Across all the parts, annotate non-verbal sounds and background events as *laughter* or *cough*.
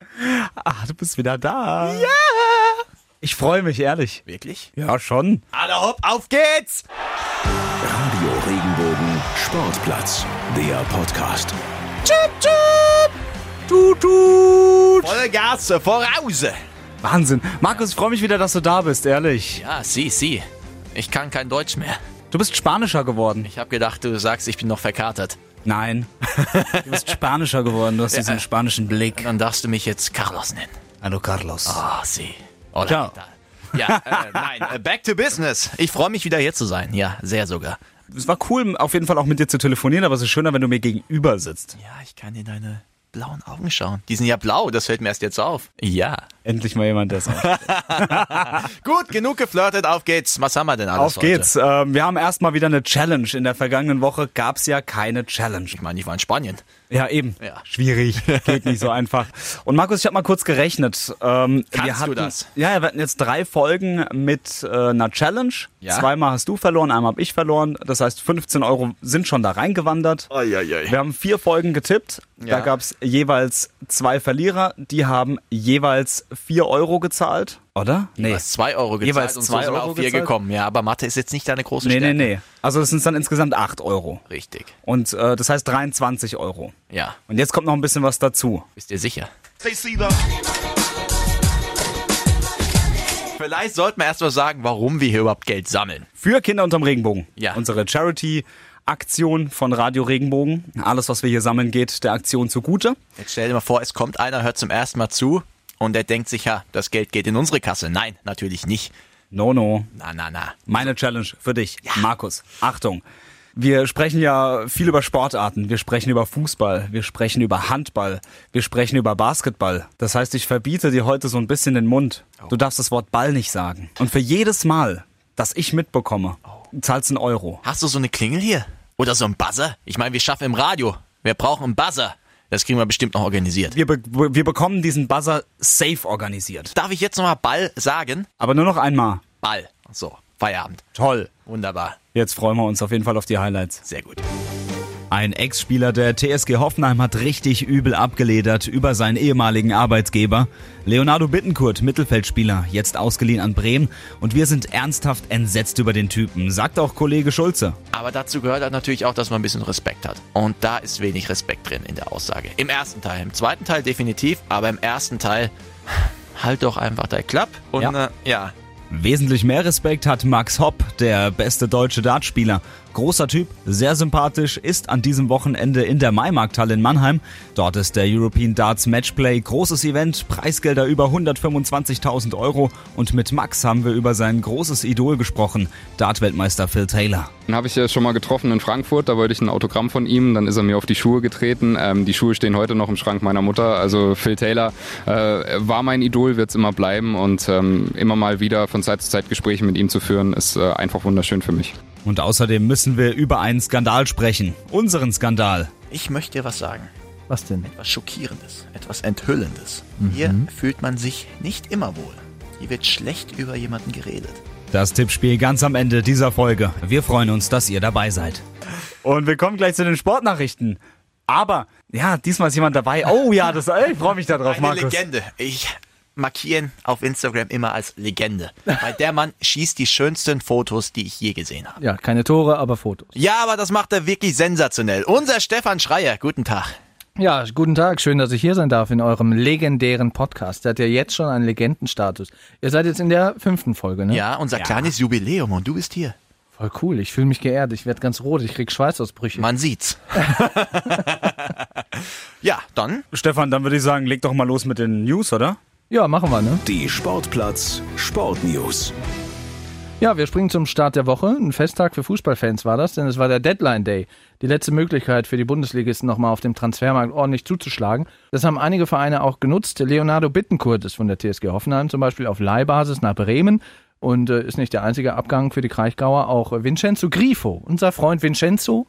Ach, Ah, du bist wieder da. Ja! Ich freue mich, ehrlich. Wirklich? Ja, schon. Alle hopp, auf geht's! Radio Regenbogen Sportplatz, der Podcast. Tut, tut. Volle Gas, äh, voraus! Wahnsinn. Markus, ich freue mich wieder, dass du da bist, ehrlich. Ja, sie, sie. Ich kann kein Deutsch mehr. Du bist spanischer geworden. Ich habe gedacht, du sagst, ich bin noch verkatert. Nein. Du bist spanischer geworden. Du hast diesen spanischen Blick. Dann darfst du mich jetzt Carlos nennen. Hallo, Carlos. Ah, sie. Hola, Ciao. ¿qué tal? Ja, äh, nein, äh, back to business. Ich freue mich wieder hier zu sein. Ja, sehr sogar. Es war cool, auf jeden Fall auch mit dir zu telefonieren, aber es ist schöner, wenn du mir gegenüber sitzt. Ja, ich kann in deine blauen Augen schauen. Die sind ja blau, das fällt mir erst jetzt auf. Ja. Endlich mal jemand, der es *laughs* macht. Gut, genug geflirtet, auf geht's. Was haben wir denn alles Auf geht's. Ähm, wir haben erstmal wieder eine Challenge. In der vergangenen Woche gab es ja keine Challenge. Ich meine, ich war in Spanien. Ja, eben. Ja. Schwierig. Geht nicht so einfach. Und Markus, ich habe mal kurz gerechnet. Ähm, Kannst wir du hatten, das? Ja, wir hatten jetzt drei Folgen mit äh, einer Challenge. Ja. Zweimal hast du verloren, einmal habe ich verloren. Das heißt, 15 Euro sind schon da reingewandert. Wir haben vier Folgen getippt. Da Ja. gab es jeweils zwei Verlierer. Die haben jeweils vier Euro gezahlt, oder? Du Nee. hast zwei Euro gezahlt Jeweils und zwei so sind wir Euro auf vier gezahlt? gekommen. Ja, aber Mathe ist jetzt nicht deine große Nee, nee, Stärke. nee. Also das sind dann insgesamt acht Euro. Richtig. Und äh, das heißt 23 Euro. Ja, Und jetzt kommt noch ein bisschen was dazu. bist dir sicher? Stay Sieder. Vielleicht sollten wir erst mal sagen, warum wir hier überhaupt Geld sammeln. für Kinder unterm Regenbogen. Ja. Unsere Charity-Aktion von Radio Regenbogen. Alles, was wir hier sammeln, geht der Aktion zugute. Jetzt stell dir mal vor, es kommt einer, hört zum ersten Mal zu und der denkt sich, ja, das Geld geht in unsere Kasse. Nein, natürlich nicht. No, no. Na, na, na. Meine Challenge für dich, Markus. Achtung. Wir sprechen ja viel über Sportarten. Wir sprechen über Fußball. Wir sprechen über Handball. Wir sprechen über Basketball. Das heißt, ich verbiete dir heute so ein bisschen den Mund. Du darfst das Wort Ball nicht sagen. Und für jedes Mal, das ich mitbekomme, zahlst einen Euro. Hast du so eine Klingel hier? Oder so ein Buzzer? Ich meine, wir schaffen im Radio. Wir brauchen einen Buzzer. Das kriegen wir bestimmt noch organisiert. Wir, be wir bekommen diesen Buzzer safe organisiert. Darf ich jetzt nochmal Ball sagen? Aber nur noch einmal. Ball. So, Feierabend. Toll. Wunderbar. Jetzt freuen wir uns auf jeden Fall auf die Highlights. Sehr gut. Ein Ex-Spieler der TSG Hoffenheim hat richtig übel abgeledert über seinen ehemaligen Arbeitgeber. Leonardo Bittencourt, Mittelfeldspieler, jetzt ausgeliehen an Bremen. Und wir sind ernsthaft entsetzt über den Typen, sagt auch Kollege Schulze. Aber dazu gehört halt natürlich auch, dass man ein bisschen Respekt hat. Und da ist wenig Respekt drin in der Aussage. Im ersten Teil. Im zweiten Teil definitiv, aber im ersten Teil halt doch einfach dein Klapp. Und ja. Äh, ja. Wesentlich mehr Respekt hat Max Hopp, der beste deutsche Dartspieler. Großer Typ, sehr sympathisch, ist an diesem Wochenende in der Maimarkthalle in Mannheim. Dort ist der European Darts Matchplay, großes Event, Preisgelder über 125.000 Euro. Und mit Max haben wir über sein großes Idol gesprochen, Dart-Weltmeister Phil Taylor. Dann habe ich ja schon mal getroffen in Frankfurt, da wollte ich ein Autogramm von ihm, dann ist er mir auf die Schuhe getreten. Ähm, die Schuhe stehen heute noch im Schrank meiner Mutter. Also Phil Taylor äh, war mein Idol, wird es immer bleiben und ähm, immer mal wieder von Zeit zu Zeit Gespräche mit ihm zu führen, ist äh, einfach wunderschön für mich. Und außerdem müssen wir über einen Skandal sprechen. Unseren Skandal. Ich möchte dir was sagen. Was denn? Etwas Schockierendes, etwas Enthüllendes. Hier fühlt man sich nicht immer wohl. Hier wird schlecht über jemanden geredet. Das Tippspiel ganz am Ende dieser Folge. Wir freuen uns, dass ihr dabei seid. Und wir kommen gleich zu den Sportnachrichten. Aber, ja, diesmal ist jemand dabei. Oh ja, das, ey, ich freue mich darauf, Eine Markus. Legende. Ich markiere ihn auf Instagram immer als Legende. Weil der Mann schießt die schönsten Fotos, die ich je gesehen habe. Ja, keine Tore, aber Fotos. Ja, aber das macht er wirklich sensationell. Unser Stefan Schreier, guten Tag. Ja, guten Tag, schön, dass ich hier sein darf in eurem legendären Podcast. Der hat ja jetzt schon einen Legendenstatus. Ihr seid jetzt in der fünften Folge, ne? Ja, unser kleines Jubiläum und du bist hier. Voll cool, ich fühle mich geehrt, ich werde ganz rot, ich krieg Schweißausbrüche. Man sieht's. *laughs* ja, dann Stefan, dann würde ich sagen, leg doch mal los mit den News, oder? Ja, machen wir, ne? Die Sportplatz Sportnews. Ja, wir springen zum Start der Woche. Ein Festtag für Fußballfans war das, denn es war der Deadline Day. Die letzte Möglichkeit für die Bundesligisten nochmal auf dem Transfermarkt ordentlich zuzuschlagen. Das haben einige Vereine auch genutzt. Leonardo Bittencourt ist von der TSG Hoffenheim zum Beispiel auf Leihbasis nach Bremen und äh, ist nicht der einzige Abgang für die Kraichgauer. Auch äh, Vincenzo Grifo, unser Freund Vincenzo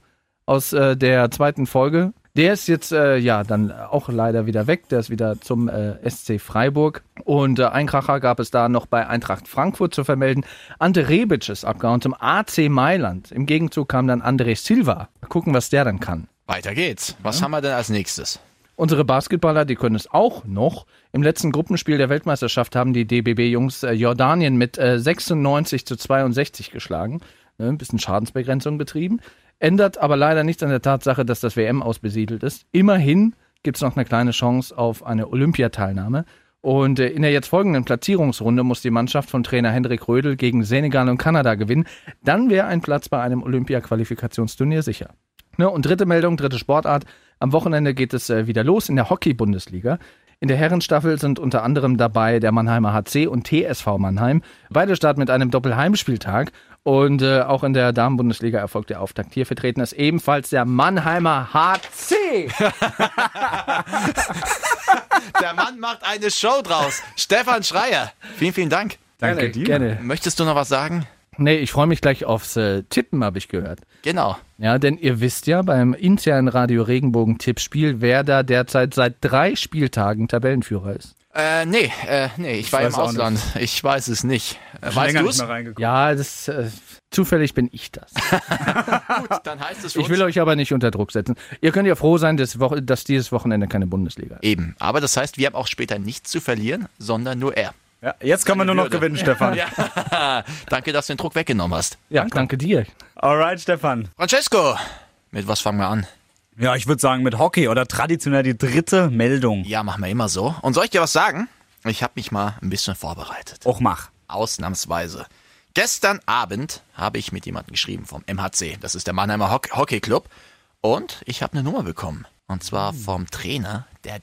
aus äh, der zweiten Folge, der ist jetzt äh, ja dann auch leider wieder weg. Der ist wieder zum äh, SC Freiburg. Und äh, ein Kracher gab es da noch bei Eintracht Frankfurt zu vermelden. Ante Rebic ist abgehauen zum AC Mailand. Im Gegenzug kam dann André Silva. Mal gucken, was der dann kann. weiter geht's. Was haben wir denn als nächstes? Unsere Basketballer, die können es auch noch. Im letzten Gruppenspiel der Weltmeisterschaft haben die DBB-Jungs äh, Jordanien mit äh, 96 zu 62 geschlagen. Ne, ein bisschen Schadensbegrenzung betrieben. Ändert aber leider nichts an der Tatsache, dass das WM ausbesiedelt ist. Immerhin gibt es noch eine kleine Chance auf eine Olympiateilnahme. Und äh, in der jetzt folgenden Platzierungsrunde muss die Mannschaft von Trainer Hendrik Rödel gegen Senegal und Kanada gewinnen. Dann wäre ein Platz bei einem Olympia-Qualifikationsturnier sicher. Ne? Und dritte Meldung, dritte Sportart. Am Wochenende geht es äh, wieder los in der Hockey-Bundesliga. In der Herrenstaffel sind unter anderem dabei der Mannheimer HC und TSV Mannheim. Beide starten mit einem Doppelheimspieltag. Und äh, auch in der Damen-Bundesliga erfolgt der Auftakt. Hier vertreten ist ebenfalls der Mannheimer HC. Der Mann macht eine Show draus. Stefan Schreier. Vielen, vielen Dank. *laughs* Danke dir. Gerne. Möchtest du noch was sagen? Nee, ich freue mich gleich aufs äh, Tippen, habe ich gehört. Genau. Ja, denn ihr wisst ja, beim internen Radio Regenbogen-Tippspiel Werder derzeit seit drei Spieltagen Tabellenführer ist. Äh, nee, äh, nee, ich, war weiß im auch Ausland. Ich weiß es nicht. Äh, weißt Länger du nicht es? mehr reingeguckt. Ja, das äh, zufällig bin ich das. Gut, dann heißt es für Ich will uns. euch aber nicht unter Druck setzen. Ihr könnt ja froh sein, dass, Wo dass dieses Wochenende keine Bundesliga ist. Eben. Aber das heißt, wir haben auch später nichts zu verlieren, sondern nur er. Ja, jetzt kann man nur noch Würde. gewinnen, *laughs* Stefan. Danke, dass du den Druck weggenommen hast. Ja, danke dir. Alright, Stefan. Francesco! Mit was fangen wir an? Ja, ich würde sagen mit Hockey oder traditionell die dritte Meldung. Ja, machen wir immer so. Und soll ich dir was sagen? Ich habe mich mal ein bisschen vorbereitet. Auch mach. Ausnahmsweise. Gestern Abend habe ich mit jemandem geschrieben vom MHC. Das ist der Mannheimer Hock Hockey Club. Und ich habe eine Nummer bekommen. Und zwar vom Trainer der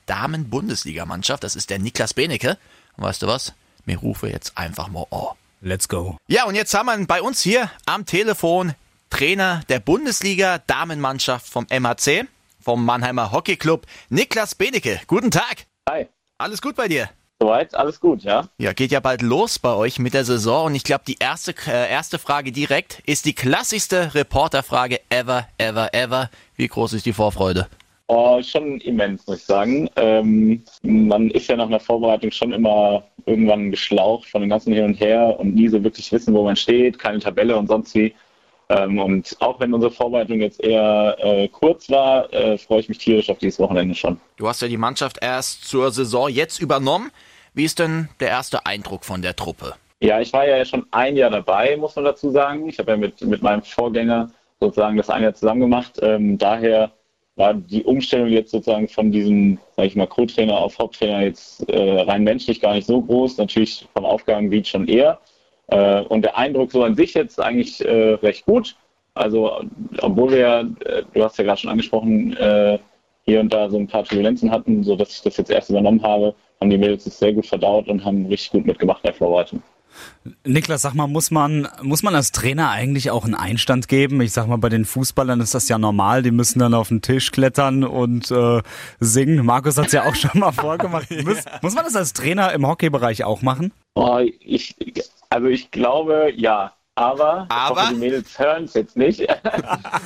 Damen-Bundesligamannschaft. Das ist der Niklas Benecke. Und weißt du was? Mir rufe jetzt einfach mal an. Let's go. Ja, und jetzt haben wir bei uns hier am Telefon Trainer der Bundesliga Damenmannschaft vom MHC, vom Mannheimer Hockey Club, Niklas Benecke. Guten Tag. Hi. Alles gut bei dir? Soweit, alles gut, ja? Ja, geht ja bald los bei euch mit der Saison und ich glaube, die erste, äh, erste Frage direkt ist die klassischste Reporterfrage ever, ever, ever. Wie groß ist die Vorfreude? Oh, schon immens, muss ich sagen. Ähm, man ist ja nach einer Vorbereitung schon immer irgendwann geschlaucht von dem ganzen Hin und Her und nie so wirklich wissen, wo man steht, keine Tabelle und sonst wie. Ähm, und auch wenn unsere Vorbereitung jetzt eher äh, kurz war, äh, freue ich mich tierisch auf dieses Wochenende schon. Du hast ja die Mannschaft erst zur Saison jetzt übernommen. Wie ist denn der erste Eindruck von der Truppe? Ja, ich war ja schon ein Jahr dabei, muss man dazu sagen. Ich habe ja mit, mit meinem Vorgänger sozusagen das ein Jahr zusammen gemacht. Ähm, daher war die Umstellung jetzt sozusagen von diesem, sage ich mal, Co-Trainer auf Haupttrainer jetzt äh, rein menschlich gar nicht so groß. Natürlich vom Aufgabengebiet schon eher. Äh, und der Eindruck so an sich jetzt eigentlich äh, recht gut. Also, obwohl wir ja, äh, du hast ja gerade schon angesprochen, äh, hier und da so ein paar Turbulenzen hatten, sodass ich das jetzt erst übernommen habe, haben die Mädels das sehr gut verdaut und haben richtig gut mitgemacht in der Vorbereitung. Niklas, sag mal, muss man, muss man als Trainer eigentlich auch einen Einstand geben? Ich sag mal, bei den Fußballern ist das ja normal, die müssen dann auf den Tisch klettern und äh, singen. Markus hat's ja auch schon mal vorgemacht. Muss, muss man das als Trainer im Hockeybereich auch machen? Oh, ich, also ich glaube, ja. Aber, ich Aber? hoffe, die Mädels hören es jetzt nicht. *laughs*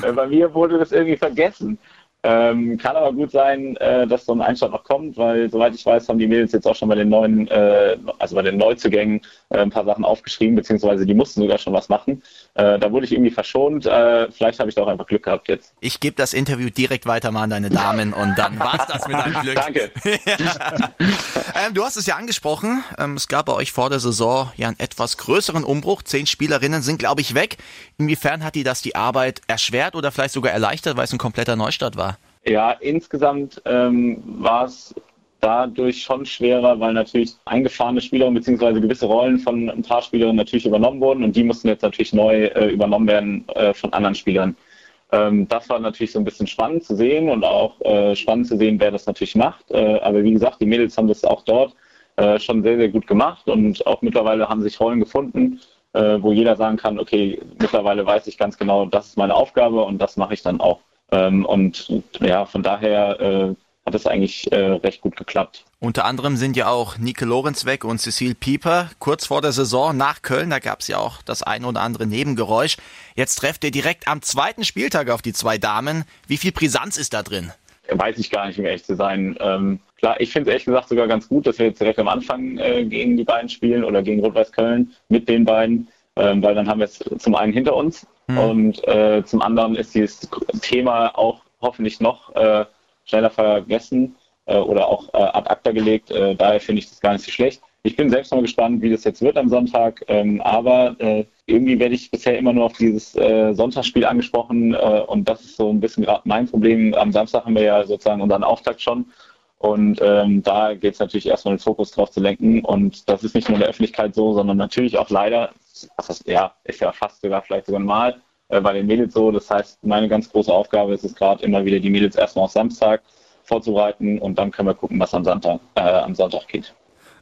Weil Bei mir wurde das irgendwie vergessen. Ähm, kann aber gut sein, äh, dass so ein Einstand noch kommt, weil soweit ich weiß, haben die Mädels jetzt auch schon bei den neuen, äh, also bei den Neuzugängen äh, ein paar Sachen aufgeschrieben, beziehungsweise die mussten sogar schon was machen. Äh, da wurde ich irgendwie verschont. Äh, vielleicht habe ich da auch einfach Glück gehabt jetzt. Ich gebe das Interview direkt weiter mal an deine Damen und dann war's das mit deinem Glück. *laughs* Danke. Ähm, du hast es ja angesprochen. Ähm, es gab bei euch vor der Saison ja einen etwas größeren Umbruch. Zehn Spielerinnen sind, glaube ich, weg. Inwiefern hat die das die Arbeit erschwert oder vielleicht sogar erleichtert, weil es ein kompletter Neustart war? Ja, insgesamt ähm, war es dadurch schon schwerer, weil natürlich eingefahrene Spielerinnen beziehungsweise gewisse Rollen von ein paar Spielerinnen natürlich übernommen wurden und die mussten jetzt natürlich neu äh, übernommen werden äh, von anderen Spielern. Ähm, das war natürlich so ein bisschen spannend zu sehen und auch äh, spannend zu sehen, wer das natürlich macht. Äh, aber wie gesagt, die Mädels haben das auch dort äh, schon sehr, sehr gut gemacht und auch mittlerweile haben sich Rollen gefunden, äh, wo jeder sagen kann, okay, mittlerweile weiß ich ganz genau, das ist meine Aufgabe und das mache ich dann auch. Ähm, und ja, von daher äh, hat es eigentlich äh, recht gut geklappt. Unter anderem sind ja auch Nike Lorenz weg und Cecile Pieper kurz vor der Saison nach Köln. Da gab es ja auch das ein oder andere Nebengeräusch. Jetzt trefft ihr direkt am zweiten Spieltag auf die zwei Damen. Wie viel Brisanz ist da drin? Weiß ich gar nicht, um ehrlich zu sein. Ähm, klar, ich finde es ehrlich gesagt sogar ganz gut, dass wir jetzt direkt am Anfang äh, gegen die beiden spielen oder gegen Rot-Weiß Köln mit den beiden, ähm, weil dann haben wir es zum einen hinter uns und äh, zum anderen ist dieses Thema auch hoffentlich noch äh, schneller vergessen. äh, oder auch äh, ad acta gelegt. Äh, daher finde ich das gar nicht so schlecht. Ich bin selbst mal gespannt, wie das jetzt wird am Sonntag. Ähm, aber äh, irgendwie werde ich bisher immer nur auf dieses äh, Sonntagsspiel angesprochen. Äh, und das ist so ein bisschen grad mein Problem. Am Samstag haben wir ja sozusagen unseren Auftakt schon. Und ähm, da geht es natürlich erstmal den Fokus drauf zu lenken. Und das ist nicht nur in der Öffentlichkeit so, sondern natürlich auch leider, was heißt, ja, ist ja fast sogar vielleicht sogar normal, äh, bei den Mädels so. Das heißt, meine ganz große Aufgabe ist es gerade immer wieder, die Mädels erstmal auf Samstag vorzubereiten und dann können wir gucken, was am Sonntag, äh, am Sonntag geht.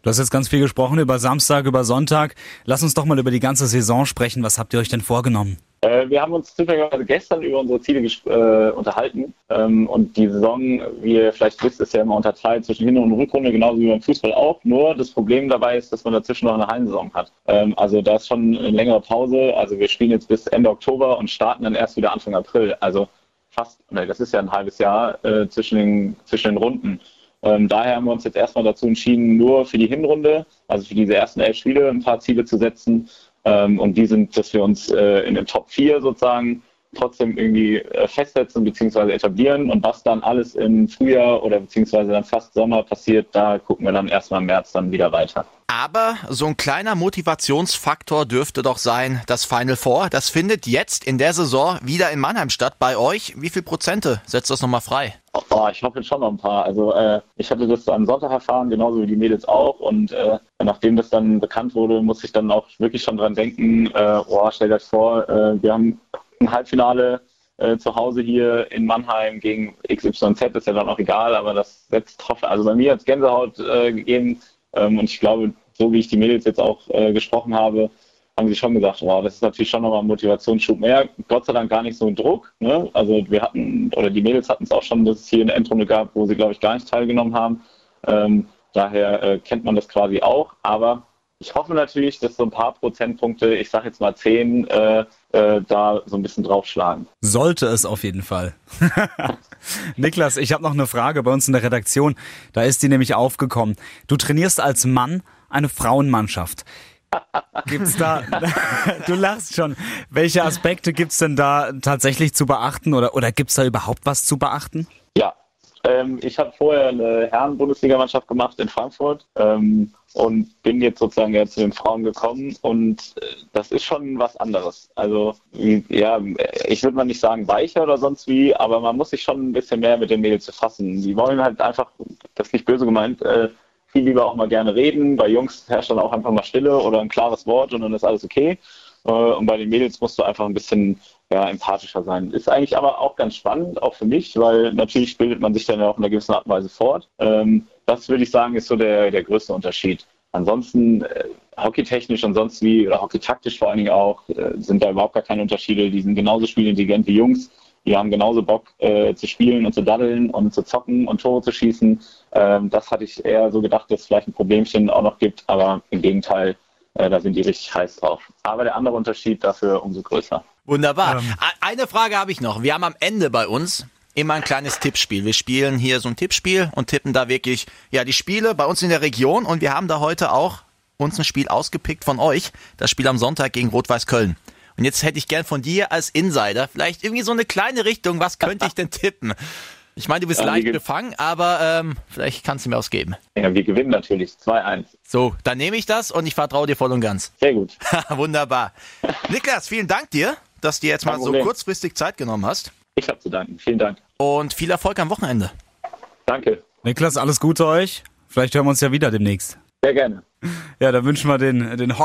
Du hast jetzt ganz viel gesprochen über Samstag, über Sonntag. Lass uns doch mal über die ganze Saison sprechen. Was habt ihr euch denn vorgenommen? Äh, wir haben uns zufälligerweise gestern über unsere Ziele ges- äh, unterhalten. Ähm, und die Saison, wie ihr vielleicht wisst, ist ja immer unterteilt zwischen Hin- und Rückrunde, genauso wie beim Fußball auch. Nur das Problem dabei ist, dass man dazwischen noch eine Hallensaison hat. Ähm, also da ist schon eine längere Pause. Also wir spielen jetzt bis Ende Oktober und starten dann erst wieder Anfang April. Also fast, ne, das ist ja ein halbes Jahr äh, zwischen, den, zwischen den Runden. Ähm, daher haben wir uns jetzt erstmal dazu entschieden, nur für die Hinrunde, also für diese ersten elf Spiele, ein paar Ziele zu setzen. Ähm, und die sind, dass wir uns äh, in den Top 4 sozusagen trotzdem irgendwie äh, festsetzen bzw. etablieren. Und was dann alles im Frühjahr oder beziehungsweise dann fast Sommer passiert, da gucken wir dann erstmal im März dann wieder weiter. Aber so ein kleiner Motivationsfaktor dürfte doch sein, das Final Four. Das findet jetzt in der Saison wieder in Mannheim statt. Bei euch, wie viel Prozente setzt das nochmal frei? Oh, ich hoffe schon noch ein paar. Also äh, ich hatte das am Sonntag erfahren, genauso wie die Mädels auch. Und äh, nachdem das dann bekannt wurde, musste ich dann auch wirklich schon dran denken, äh, oh, stellt euch vor, äh, wir haben ein Halbfinale äh, zu Hause hier in Mannheim gegen XYZ, ist ja dann auch egal, aber das setzt hoffe, also bei mir hat es Gänsehaut äh, gegeben. Ähm, und ich glaube, so wie ich die Mädels jetzt auch äh, gesprochen habe, haben sie schon gesagt, wow, das ist natürlich schon nochmal ein Motivationsschub mehr. Gott sei Dank gar nicht so ein Druck. Ne? Also wir hatten, oder die Mädels hatten es auch schon, dass es hier eine Endrunde gab, wo sie, glaube ich, gar nicht teilgenommen haben. Ähm, daher äh, kennt man das quasi auch. Aber ich hoffe natürlich, dass so ein paar Prozentpunkte, ich sage jetzt mal zehn, äh, äh, da so ein bisschen draufschlagen. Sollte es auf jeden Fall. Niklas, ich habe noch eine Frage bei uns in der Redaktion. Da ist die nämlich aufgekommen. Du trainierst als Mann eine Frauenmannschaft. Gibt's da, *laughs* du lachst schon. Welche Aspekte gibt's denn da tatsächlich zu beachten oder, oder gibt's da überhaupt was zu beachten? Ja, ähm, ich habe vorher eine Herren-Bundesligamannschaft gemacht in Frankfurt ähm, und bin jetzt sozusagen ja zu den Frauen gekommen und äh, das ist schon was anderes. Also wie- ja, ich würde mal nicht sagen weicher oder sonst wie, aber man muss sich schon ein bisschen mehr mit den Mädels befassen. Die wollen halt einfach, das ist nicht böse gemeint, äh, viel lieber auch mal gerne reden. Bei Jungs herrscht dann auch einfach mal Stille oder ein klares Wort und dann ist alles okay. Äh, Und bei den Mädels musst du einfach ein bisschen ja, empathischer sein. Ist eigentlich aber auch ganz spannend, auch für mich, weil natürlich bildet man sich dann ja auch in einer gewissen Art und Weise fort. Ähm, Das würde ich sagen, ist so der, der größte Unterschied. Ansonsten, äh, hockeytechnisch und sonst wie, oder hockeytaktisch vor allen Dingen auch, äh, sind da überhaupt gar keine Unterschiede. Die sind genauso spielintelligent wie Jungs. Die haben genauso Bock äh, zu spielen und zu daddeln und zu zocken und Tore zu schießen. Ähm, das hatte ich eher so gedacht, dass es vielleicht ein Problemchen auch noch gibt, aber im Gegenteil, äh, da sind die richtig heiß drauf. Aber der andere Unterschied dafür umso größer. Wunderbar. A- Eine Frage habe ich noch. Wir haben am Ende bei uns immer ein kleines Tippspiel. Wir spielen hier so ein Tippspiel und tippen da wirklich ja die Spiele bei uns in der Region und wir haben da heute auch uns ein Spiel ausgepickt von euch. Das Spiel am Sonntag gegen Rot-Weiß Köln. Und jetzt hätte ich gern von dir als Insider vielleicht irgendwie so eine kleine Richtung. Was könnte ich denn tippen? Ich meine, du bist Ja, leicht wir- befangen, aber ähm, vielleicht kannst du mir was geben. Ja, wir gewinnen natürlich 2-1. So, dann nehme ich das und ich vertraue dir voll und ganz. *laughs* Sehr gut. Wunderbar. Niklas, vielen Dank dir, dass du dir jetzt mal Kein so Problem. kurzfristig Zeit genommen hast. Ich habe zu danken. Vielen Dank. Und viel Erfolg am Wochenende. Danke. Niklas, alles Gute euch. Vielleicht hören wir uns ja wieder demnächst. Sehr gerne. Ja, dann wünschen wir den, den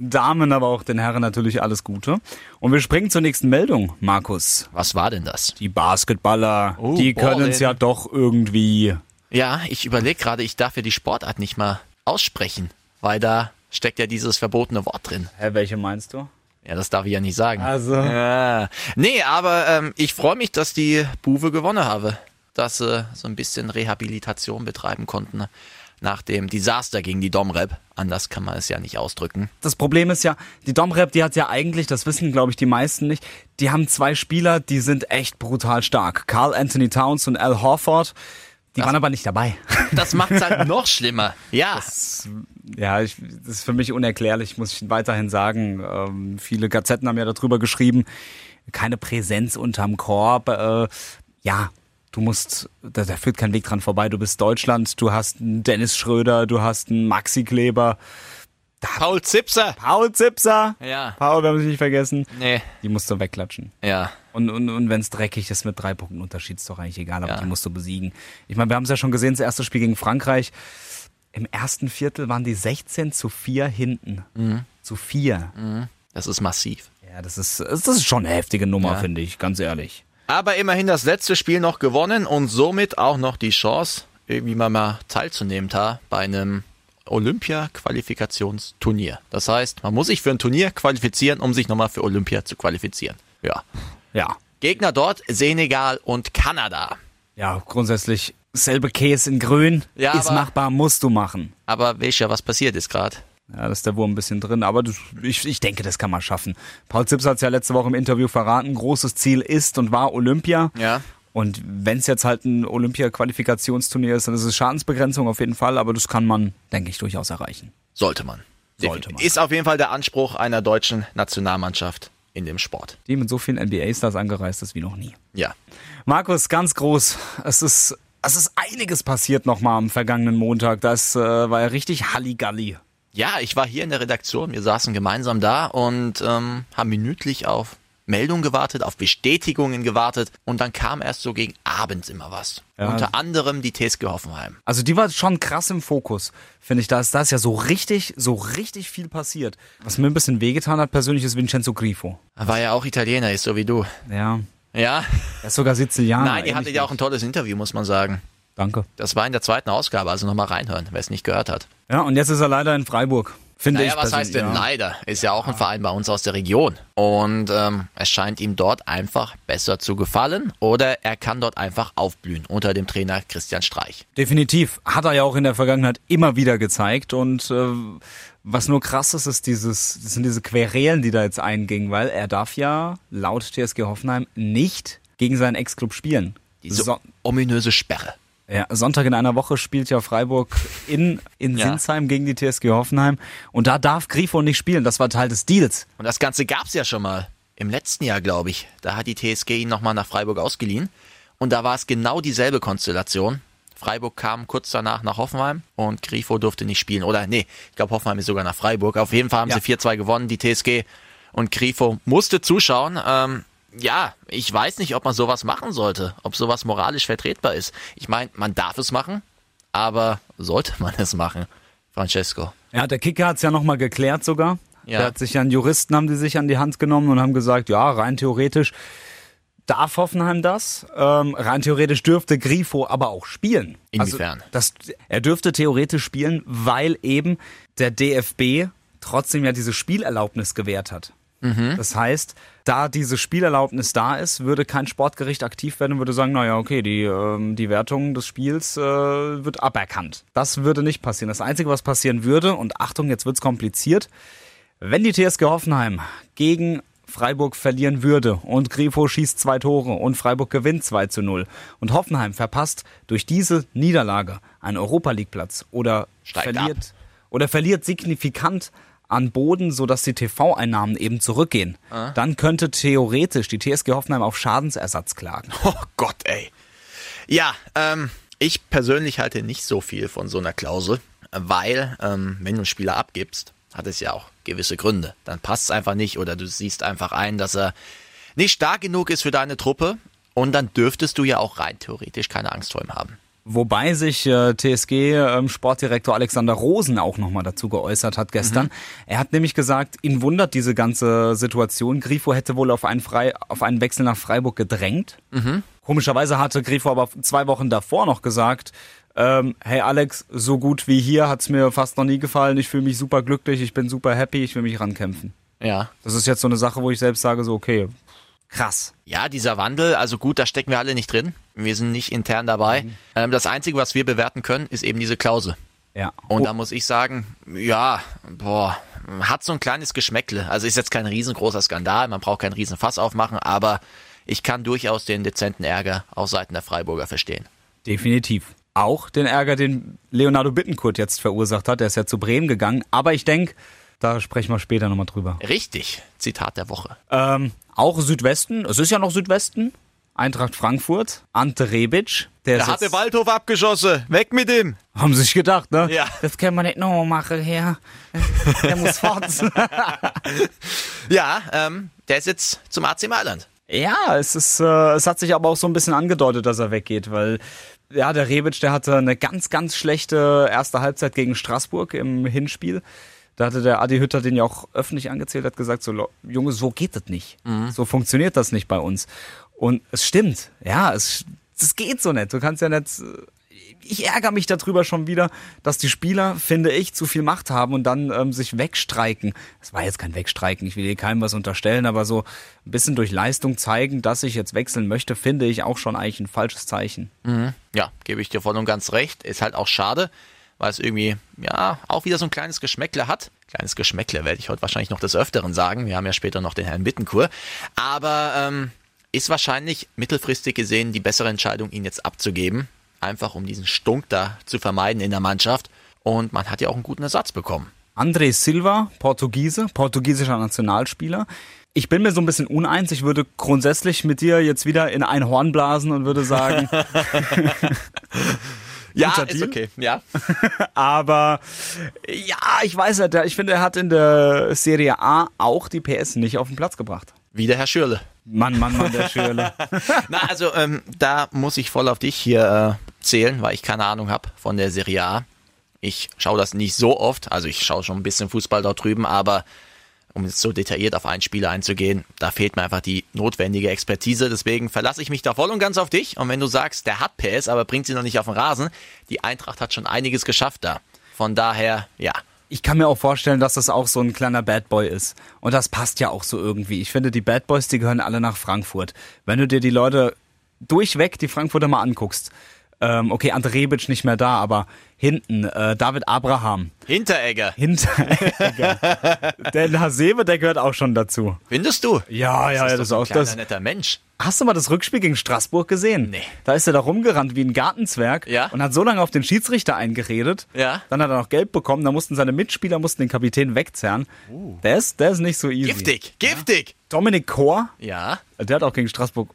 Hockey-Damen, aber auch den Herren natürlich alles Gute. Und wir springen zur nächsten Meldung, Markus. Was war denn das? Die Basketballer, Oh, die können es Ballin. ja doch irgendwie. Ja, ich überlege gerade, ich darf ja die Sportart nicht mal aussprechen, weil da steckt ja dieses verbotene Wort drin. Hä, welche meinst du? Ja, das darf ich ja nicht sagen. Also. Ja. Nee, aber ähm, ich freue mich, dass die Buwe gewonnen habe, dass sie so ein bisschen Rehabilitation betreiben konnten ne? nach dem Desaster gegen die Domrep. Anders kann man es ja nicht ausdrücken. Das Problem ist ja, die Domrep, die hat ja eigentlich, das wissen glaube ich die meisten nicht, die haben zwei Spieler, die sind echt brutal stark. Carl Anthony Towns und Al Horford, die waren aber nicht dabei. Das macht's halt *laughs* noch schlimmer. Ja. Ja, ich, das ist für mich unerklärlich, muss ich weiterhin sagen. Ähm, viele Gazetten haben ja darüber geschrieben, keine Präsenz unterm Korb. Äh, ja, Du musst, da, da führt kein Weg dran vorbei. Du bist Deutschland, du hast einen Dennis Schröder, du hast einen Maxi Kleber, Paul Zipser. Paul Zipser. Ja. Paul, wir haben sie nicht vergessen. Nee. Die musst du wegklatschen. Ja. Und, und, und wenn es dreckig ist mit drei Punkten Unterschied, ist doch eigentlich egal, aber Ja. die musst du besiegen. Ich meine, wir haben es ja schon gesehen, das erste Spiel gegen Frankreich. Im ersten Viertel waren die 16 zu 4 hinten. Mhm. Zu 4. Das ist massiv. Ja, das ist, das ist schon eine heftige Nummer, Ja. finde ich, ganz ehrlich. Aber immerhin das letzte Spiel noch gewonnen und somit auch noch die Chance, irgendwie mal, mal teilzunehmen da bei einem Olympia-Qualifikationsturnier. Das heißt, man muss sich für ein Turnier qualifizieren, um sich nochmal für Olympia zu qualifizieren. Ja. Ja. Gegner dort Senegal und Kanada. Ja, grundsätzlich selbe Käse in grün. Ja, ist aber- machbar, musst du machen. Aber weißt ja, was passiert ist gerade? Ja, da ist der Wurm ein bisschen drin, aber das, ich, ich denke, das kann man schaffen. Paul Zips hat es ja letzte Woche im Interview verraten, großes Ziel ist und war Olympia. Ja. Und wenn es jetzt halt ein Olympia-Qualifikationsturnier ist, dann ist es Schadensbegrenzung auf jeden Fall, aber das kann man, denke ich, durchaus erreichen. Sollte man. Sollte man. Ist auf jeden Fall der Anspruch einer deutschen Nationalmannschaft in dem Sport. Die mit so vielen NBA-Stars angereist ist wie noch nie. Ja. Markus, ganz groß. Es ist, es ist einiges passiert nochmal am vergangenen Montag. Das äh, war ja richtig Halligalli. Ja, ich war hier in der Redaktion, wir saßen gemeinsam da und ähm, haben minütlich auf Meldungen gewartet, auf Bestätigungen gewartet und dann kam erst so gegen abends immer was. Unter anderem die TSG Hoffenheim. Also die war schon krass im Fokus, finde ich. Da ist, da ist ja so richtig, so richtig viel passiert. Was mir ein bisschen wehgetan hat persönlich, ist Vincenzo Grifo. War ja auch Italiener, ist so wie du. Ja, Ja. er ist sogar Sizilianer. Nein, ihr ähnlich hattet ja auch ein tolles Interview, muss man sagen. wie- Danke. Das war in der zweiten Ausgabe, also nochmal reinhören, wer es nicht gehört hat. Ja, und jetzt ist er leider in Freiburg, finde Naja, ich. was heißt persönlich. denn leider? Ist ja auch ein Verein bei uns aus der Region. Und ähm, es scheint ihm dort einfach besser zu gefallen oder er kann dort einfach aufblühen unter dem Trainer Christian Streich. Definitiv. Hat er ja auch in der Vergangenheit immer wieder gezeigt. Und äh, was nur krass ist, ist dieses, das sind diese Querelen, die da jetzt eingingen, weil er darf ja laut TSG Hoffenheim nicht gegen seinen Ex-Club spielen. Diese So- ominöse Sperre. Ja, Sonntag in einer Woche spielt ja Freiburg in, in Ja. Sinsheim gegen die TSG Hoffenheim. Und da darf Grifo nicht spielen. Das war Teil des Deals. Und das Ganze gab's ja schon mal. Im letzten Jahr, glaube ich. Da hat die TSG ihn nochmal nach Freiburg ausgeliehen. Und da war es genau dieselbe Konstellation. Freiburg kam kurz danach nach Hoffenheim und Grifo durfte nicht spielen. Oder nee, ich glaube, Hoffenheim ist sogar nach Freiburg. Auf jeden Fall haben sie 4-2 gewonnen, die TSG. Und Grifo musste zuschauen. Ähm, ja, ich weiß nicht, ob man sowas machen sollte, ob sowas moralisch vertretbar ist. Ich meine, man darf es machen, aber sollte man es machen, Francesco? Ja, der Kicker hat's ja nochmal geklärt sogar. Ja. Der hat sich ja einen Juristen, haben die sich an die Hand genommen und haben gesagt, ja, rein theoretisch darf Hoffenheim das. Ähm, rein theoretisch dürfte Grifo aber auch spielen. Inwiefern? Also, das, er dürfte theoretisch spielen, weil eben der DFB trotzdem ja diese Spielerlaubnis gewährt hat. Das heißt, da diese Spielerlaubnis da ist, würde kein Sportgericht aktiv werden und würde sagen, naja, okay, die, ähm, die Wertung des Spiels äh, wird aberkannt. Das würde nicht passieren. Das Einzige, was passieren würde, und Achtung, jetzt wird's kompliziert, wenn die TSG Hoffenheim gegen Freiburg verlieren würde und Grifo schießt zwei Tore und Freiburg gewinnt 2 zu 0 und Hoffenheim verpasst durch diese Niederlage einen Europa League Platz oder Steigt verliert oder verliert signifikant an Boden, sodass die TV-Einnahmen eben zurückgehen, dann könnte theoretisch die TSG Hoffenheim auf Schadensersatz klagen. *laughs* Oh Gott, ey. Ja, ähm, ich persönlich halte nicht so viel von so einer Klausel, weil, ähm, wenn du einen Spieler abgibst, hat es ja auch gewisse Gründe. Dann passt es einfach nicht oder du siehst einfach ein, dass er nicht stark genug ist für deine Truppe und dann dürftest du ja auch rein theoretisch keine Angst vor ihm haben. Wobei sich äh, TSG-Sportdirektor Alexander Rosen auch nochmal dazu geäußert hat gestern. Er hat nämlich gesagt, ihn wundert diese ganze Situation. Grifo hätte wohl auf einen, Frei auf einen Wechsel nach Freiburg gedrängt. Komischerweise hatte Grifo aber zwei Wochen davor noch gesagt, ähm, hey Alex, so gut wie hier hat's mir fast noch nie gefallen. Ich fühle mich super glücklich, ich bin super happy, ich will mich rankämpfen. Ja. Das ist jetzt so eine Sache, wo ich selbst sage, so okay, krass. Ja, dieser Wandel, also gut, da stecken wir alle nicht drin. Wir sind nicht intern dabei. Ähm, das Einzige, was wir bewerten können, ist eben diese Klausel. Ja. Und da muss ich sagen, ja, boah, hat so ein kleines Geschmäckle. Also ist jetzt kein riesengroßer Skandal, man braucht keinen riesen Fass aufmachen, aber ich kann durchaus den dezenten Ärger auf Seiten der Freiburger verstehen. Definitiv. Auch den Ärger, den Leonardo Bittencourt jetzt verursacht hat. Der ist ja zu Bremen gegangen. Aber ich denke, da sprechen wir später nochmal drüber. Richtig, Zitat der Woche. Ähm, auch Südwesten. Es ist ja noch Südwesten. Eintracht Frankfurt, Ante Rebic, der Da ist hat der jetzt, Waldhof abgeschossen. Weg mit ihm. haben sie sich gedacht, ne? Ja. Das können wir nicht noch machen, Herr. *laughs* Der muss fort. *laughs* Ja, ähm, der ist jetzt zum AC Mailand. Ja, es ist, äh, es hat sich aber auch so ein bisschen angedeutet, dass er weggeht, weil ja, der Rebic, der hatte eine ganz, ganz schlechte erste Halbzeit gegen Straßburg im Hinspiel. Da hatte der Adi Hütter den ja auch öffentlich angezählt, hat gesagt, so, Lo- Junge, so geht das nicht. So funktioniert das nicht bei uns. Und es stimmt. Ja, es, es geht so nicht. Du kannst ja nicht, äh, ich ärgere mich darüber schon wieder, dass die Spieler, finde ich, zu viel Macht haben und dann ähm, sich wegstreiken. Es war jetzt kein Wegstreiken, ich will hier keinem was unterstellen, aber so ein bisschen durch Leistung zeigen, dass ich jetzt wechseln möchte, finde ich auch schon eigentlich ein falsches Zeichen. Ja, gebe ich dir voll und ganz recht. Ist halt auch schade, weil es irgendwie, ja, auch wieder so ein kleines Geschmäckle hat. Kleines Geschmäckle werde ich heute wahrscheinlich noch des Öfteren sagen. Wir haben ja später noch den Herrn Bittenkur. Aber ähm, ist wahrscheinlich mittelfristig gesehen die bessere Entscheidung, ihn jetzt abzugeben. Einfach um diesen Stunk da zu vermeiden in der Mannschaft. Und man hat ja auch einen guten Ersatz bekommen. André Silva, Portugiese, portugiesischer Nationalspieler. Ich bin mir so ein bisschen uneins. Ich würde grundsätzlich mit dir jetzt wieder in ein Horn blasen und würde sagen, *laughs* *laughs* Ja, Guter ist Deal. okay. Ja. Aber ja, ich weiß nicht. Ich finde, er hat in der Serie A auch die PS nicht auf den Platz gebracht. Wieder Herr Schürle. Mann, Mann, Mann, der Schürle. Na, also ähm, da muss ich voll auf dich hier äh, zählen, weil ich keine Ahnung habe von der Serie A. Ich schaue das nicht so oft, also ich schaue schon ein bisschen Fußball dort drüben, aber um jetzt so detailliert auf einen Spieler einzugehen, da fehlt mir einfach die notwendige Expertise. Deswegen verlasse ich mich da voll und ganz auf dich. Und wenn du sagst, der hat PS, aber bringt sie noch nicht auf den Rasen, die Eintracht hat schon einiges geschafft da. Von daher, ja. *laughs* Ich kann mir auch vorstellen, dass das auch so ein kleiner Bad Boy ist. Und das passt ja auch so irgendwie. Ich finde, die Bad Boys, die gehören alle nach Frankfurt. Wenn du dir die Leute durchweg, die Frankfurter mal anguckst, ähm, okay, Ante Rebic nicht mehr da, aber hinten, äh, David Abraham, Hinteregger, *laughs* Hinteregger, der Hasebe, der gehört auch schon dazu. findest du? Ja, ja, doch ein kleiner, netter Mensch. Hast du mal das Rückspiel gegen Straßburg gesehen? Nee. Da ist er da rumgerannt wie ein Gartenzwerg Ja. und hat so lange auf den Schiedsrichter eingeredet. Ja. Dann hat er noch Geld bekommen, da mussten seine Mitspieler mussten den Kapitän wegzerren. Der, ist, der ist nicht so easy. Oh. Giftig, giftig. Dominik Kor, Ja. der hat auch gegen Straßburg.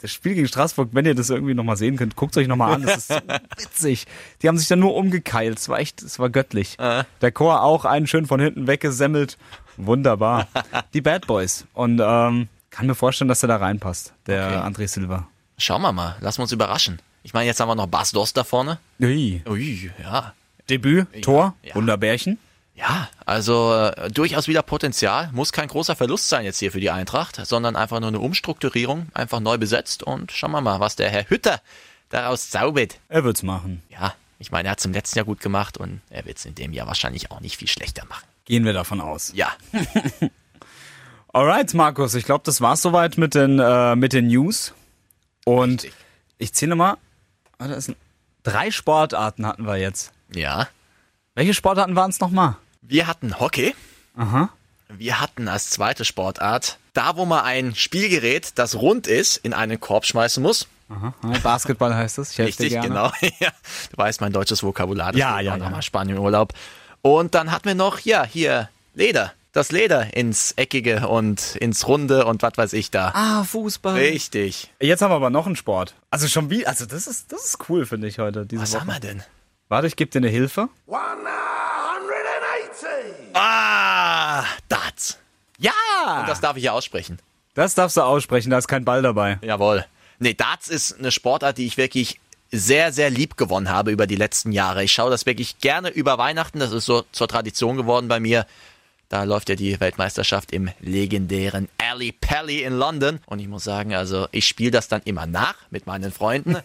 Das Spiel gegen Straßburg, wenn ihr das irgendwie nochmal sehen könnt, guckt euch nochmal an. Das *laughs* ist so witzig. Die haben sich da nur umgekeilt. Es war echt, es war göttlich. Äh. Der Chor auch einen schön von hinten weggesemmelt. *laughs* Wunderbar. Die Bad Boys. Und ähm, kann mir vorstellen, dass der da reinpasst, der André Silva. Schauen wir mal, lassen wir uns überraschen. Ich meine, jetzt haben wir noch Bas Dost da vorne. Ui. Ui, ja. Debüt, Tor, ja. Wunderbärchen. Ja, also äh, durchaus wieder Potenzial. Muss kein großer Verlust sein jetzt hier für die Eintracht, sondern einfach nur eine Umstrukturierung, einfach neu besetzt und schauen wir mal, was der Herr Hütter daraus zaubert. Er wird's machen. Ja, ich meine, er hat es im letzten Jahr gut gemacht und er wird es in dem Jahr wahrscheinlich auch nicht viel schlechter machen. Gehen wir davon aus. Ja, Alright, Markus, ich glaube, das war's soweit mit den, äh, mit den News. Und Richtig. ich zähle mal. Ah, da ist ein, drei Sportarten hatten wir jetzt. ja. Welche Sportarten waren's nochmal? Wir hatten Hockey. Aha. Wir hatten als zweite Sportart, da wo man ein Spielgerät, das rund ist, in einen Korb schmeißen muss. Ah, Basketball heißt es. Ich helfe dir Richtig, gerne. genau. *laughs* ja. Du weißt mein deutsches Vokabular. Das Ja, wird ja, auch noch ja. mal Spanien-Urlaub. Und dann hatten wir noch, ja, hier Leder. Das Leder ins Eckige und ins Runde und was weiß ich da. Ah, Fußball. Richtig. Jetzt haben wir aber noch einen Sport. Also schon wie, also das ist, das ist cool, finde ich heute. Diese Was Woche. haben wir denn? Warte, ich gebe dir eine Hilfe. Ah, Darts. Ja! Das darf ich ja aussprechen. das darfst du aussprechen, da ist kein Ball dabei. Jawohl. Nee, Darts ist eine Sportart, die ich wirklich sehr, sehr lieb gewonnen habe über die letzten Jahre. Ich schaue das wirklich gerne über Weihnachten. Das ist so zur Tradition geworden bei mir. Da läuft ja die Weltmeisterschaft im legendären Alley Pally in London. Und ich muss sagen, also ich spiele das dann immer nach mit meinen Freunden.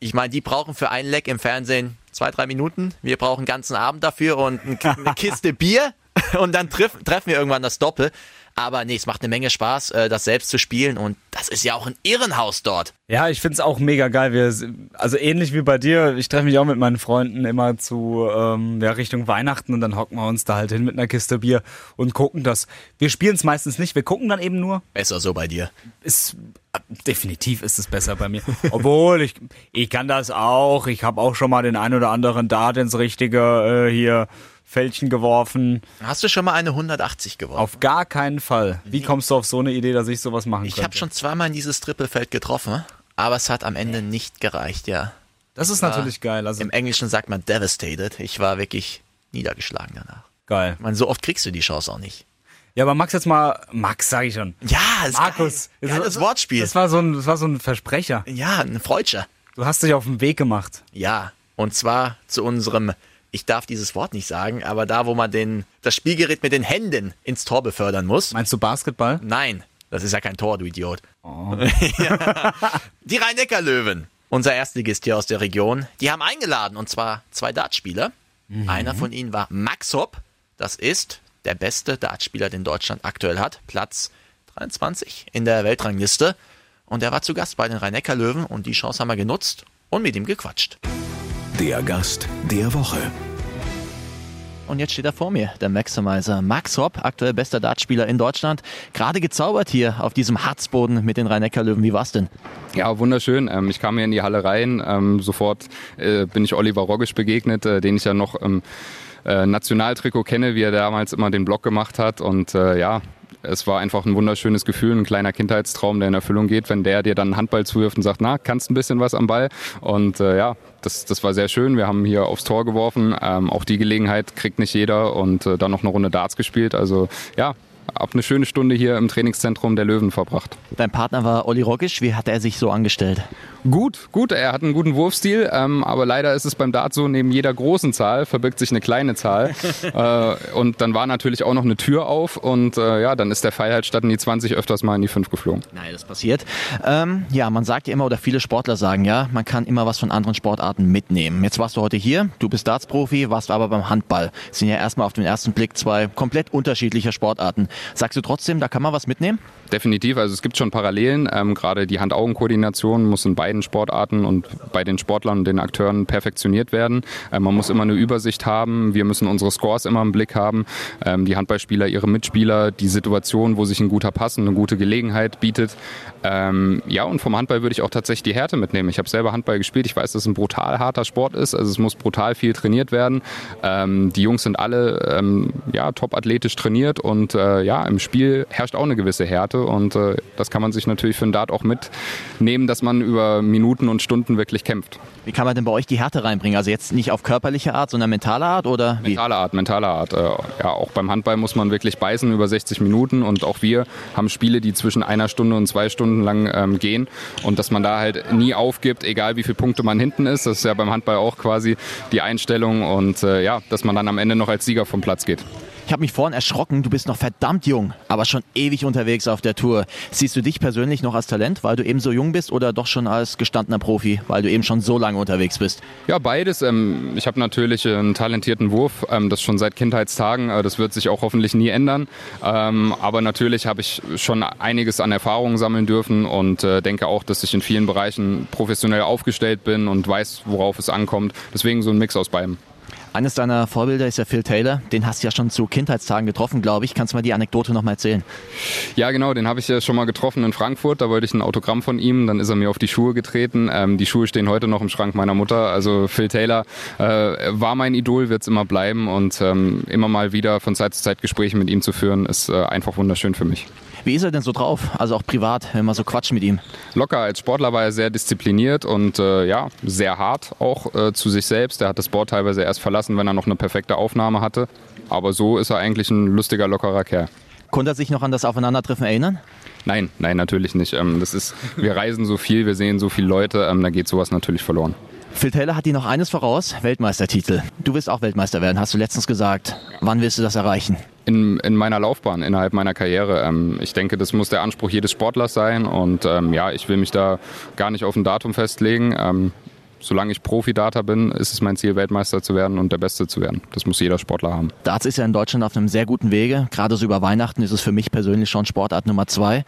Ich meine, die brauchen für ein Leck im Fernsehen zwei, drei Minuten. Wir brauchen einen ganzen Abend dafür und ein- eine *laughs* Kiste Bier. Und dann treff, treffen wir irgendwann das Doppel. Aber nee, es macht eine Menge Spaß, äh, das selbst zu spielen. Und das ist ja auch ein Irrenhaus dort. Ja, ich find's auch mega geil. Wir, also ähnlich wie bei dir, ich treffe mich auch mit meinen Freunden immer zu ähm, ja, Richtung Weihnachten und dann hocken wir uns da halt hin mit einer Kiste Bier und gucken das. Wir spielen's meistens nicht, wir gucken dann eben nur. Besser so bei dir. Ist äh, definitiv ist es besser bei *laughs* mir. Obwohl ich ich kann das auch. Ich habe auch schon mal den ein oder anderen Dart ins richtige äh, hier Fältchen geworfen. Hast du schon mal eine 180 geworfen? Auf gar keinen Fall. Wie kommst du auf so eine Idee, dass ich sowas machen ich könnte? habe schon zweimal in dieses Trippelfeld getroffen, aber es hat am Ende nicht gereicht, ja. das ist natürlich geil. Also Im Englischen sagt man devastated. Ich war wirklich niedergeschlagen danach. geil. Ich meine, so oft kriegst du die Chance auch nicht. Ja, aber Max jetzt mal, Max sage ich schon. Ja, ist Markus, geil. ist- Geiles Wortspiel. Das war so ein, das war so ein Versprecher. ja, ein Freudscher. Du hast dich auf den Weg gemacht. Ja, und zwar zu unserem, ich darf dieses Wort nicht sagen, aber da, wo man den, das Spielgerät mit den Händen ins Tor befördern muss. Meinst du Basketball? Nein, das ist ja kein Tor, du Idiot. *laughs* Ja. Die Rhein-Neckar-Löwen, unser Erstligist hier aus der Region, die haben eingeladen und zwar zwei Dartspieler. Einer von ihnen war Max Hopp, das ist der beste Dartspieler, den Deutschland aktuell hat, Platz 23 in der Weltrangliste. Und er war zu Gast bei den Rhein-Neckar-Löwen und die Chance haben wir genutzt und mit ihm gequatscht. Der Gast der Woche. Und jetzt steht er vor mir, der Maximizer. Max Hopp, aktuell bester Dartspieler in Deutschland. Gerade gezaubert hier auf diesem Harzboden mit den Rhein-Neckar-Löwen. Wie war's denn? Ja, wunderschön. Ähm, ich kam hier in die Halle rein. Ähm, sofort äh, bin ich Oliver Roggisch begegnet, äh, den ich ja noch im äh, Nationaltrikot kenne, wie er damals immer den Blog gemacht hat. Und äh, ja, es war einfach ein wunderschönes Gefühl, ein kleiner Kindheitstraum, der in Erfüllung geht, wenn der dir dann einen Handball zuwirft und sagt, na, kannst ein bisschen was am Ball? Und äh, ja, das, das war sehr schön. Wir haben hier aufs Tor geworfen. Ähm, auch die Gelegenheit kriegt nicht jeder und äh, dann noch eine Runde Darts gespielt. Also ja, hab eine schöne Stunde hier im Trainingszentrum der Löwen verbracht. Dein Partner war Olli Roggisch. Wie hat er sich so angestellt? Gut, gut, er hat einen guten Wurfstil, ähm, aber leider ist es beim Dart so, neben jeder großen Zahl verbirgt sich eine kleine Zahl. äh, und dann war natürlich auch noch eine Tür auf und äh, ja, dann ist der Pfeil halt statt in die 20 öfters mal in die 5 geflogen. Nein, das passiert. Ähm, ja, man sagt ja immer, oder viele Sportler sagen ja, man kann immer was von anderen Sportarten mitnehmen. Jetzt warst du heute hier, du bist Darts-Profi, warst aber beim Handball. Das sind ja erstmal auf den ersten Blick zwei komplett unterschiedliche Sportarten. Sagst du trotzdem, da kann man was mitnehmen? Definitiv, also es gibt schon Parallelen. Ähm, gerade die Hand-Augen-Koordination muss in beiden Sportarten und bei den Sportlern und den Akteuren perfektioniert werden. Ähm, man muss immer eine Übersicht haben. Wir müssen unsere Scores immer im Blick haben. Ähm, die Handballspieler, ihre Mitspieler, die Situation, wo sich ein guter Pass und eine gute Gelegenheit bietet. Ähm, ja, und vom Handball würde ich auch tatsächlich die Härte mitnehmen. Ich habe selber Handball gespielt. Ich weiß, dass es ein brutal harter Sport ist. Also es muss brutal viel trainiert werden. Ähm, die Jungs sind alle ähm, ja, top athletisch trainiert und äh, ja, im Spiel herrscht auch eine gewisse Härte. Und äh, das kann man sich natürlich für den Dart auch mitnehmen, dass man über Minuten und Stunden wirklich kämpft. Wie kann man denn bei euch die Härte reinbringen? Also jetzt nicht auf körperliche Art, sondern mentale Art oder wie? Mentale Art, mentale Art. Äh, ja, auch beim Handball muss man wirklich beißen über 60 Minuten und auch wir haben Spiele, die zwischen einer Stunde und zwei Stunden lang ähm, gehen und dass man da halt nie aufgibt, egal wie viele Punkte man hinten ist. Das ist ja beim Handball auch quasi die Einstellung und äh, ja, dass man dann am Ende noch als Sieger vom Platz geht. Ich habe mich vorhin erschrocken, du bist noch verdammt jung, aber schon ewig unterwegs auf der Tour. Siehst du dich persönlich noch als Talent, weil du eben so jung bist oder doch schon als gestandener Profi, weil du eben schon so lange unterwegs bist? Ja, beides. Ähm, ich habe natürlich einen talentierten Wurf, ähm, das schon seit Kindheitstagen. Äh, das wird sich auch hoffentlich nie ändern. Ähm, aber natürlich habe ich schon einiges an Erfahrungen sammeln dürfen und äh, denke auch, dass ich in vielen Bereichen professionell aufgestellt bin und weiß, worauf es ankommt. Deswegen so ein Mix aus beidem. Eines deiner Vorbilder ist ja Phil Taylor, den hast du ja schon zu Kindheitstagen getroffen, glaube ich. Kannst du mal die Anekdote nochmal erzählen? Ja, genau, den habe ich ja schon mal getroffen in Frankfurt. Da wollte ich ein Autogramm von ihm. Dann ist er mir auf die Schuhe getreten. Ähm, die Schuhe stehen heute noch im Schrank meiner Mutter. Also Phil Taylor äh, war mein Idol, wird es immer bleiben. Und ähm, immer mal wieder von Zeit zu Zeit Gespräche mit ihm zu führen, ist äh, einfach wunderschön für mich. Wie ist er denn so drauf? Also auch privat, wenn man so quatscht mit ihm. Locker als Sportler war er sehr diszipliniert und äh, ja, sehr hart auch äh, zu sich selbst. Er hat das Board teilweise erst verlassen, wenn er noch eine perfekte Aufnahme hatte. Aber so ist er eigentlich ein lustiger, lockerer Kerl. Konnte er sich noch an das Aufeinandertreffen erinnern? Nein, nein, natürlich nicht. Ähm, das ist, wir reisen so viel, wir sehen so viele Leute, ähm, da geht sowas natürlich verloren. Phil Taylor hat dir noch eines voraus, Weltmeistertitel. Du willst auch Weltmeister werden, hast du letztens gesagt. Wann willst du das erreichen? In, in meiner Laufbahn, innerhalb meiner Karriere, ähm, ich denke, das muss der Anspruch jedes Sportlers sein und ähm, ja, ich will mich da gar nicht auf ein Datum festlegen. Ähm, solange ich Profi-Data bin, ist es mein Ziel, Weltmeister zu werden und der Beste zu werden. Das muss jeder Sportler haben. Darts ist ja in Deutschland auf einem sehr guten Wege. Gerade so über Weihnachten ist es für mich persönlich schon Sportart Nummer zwei.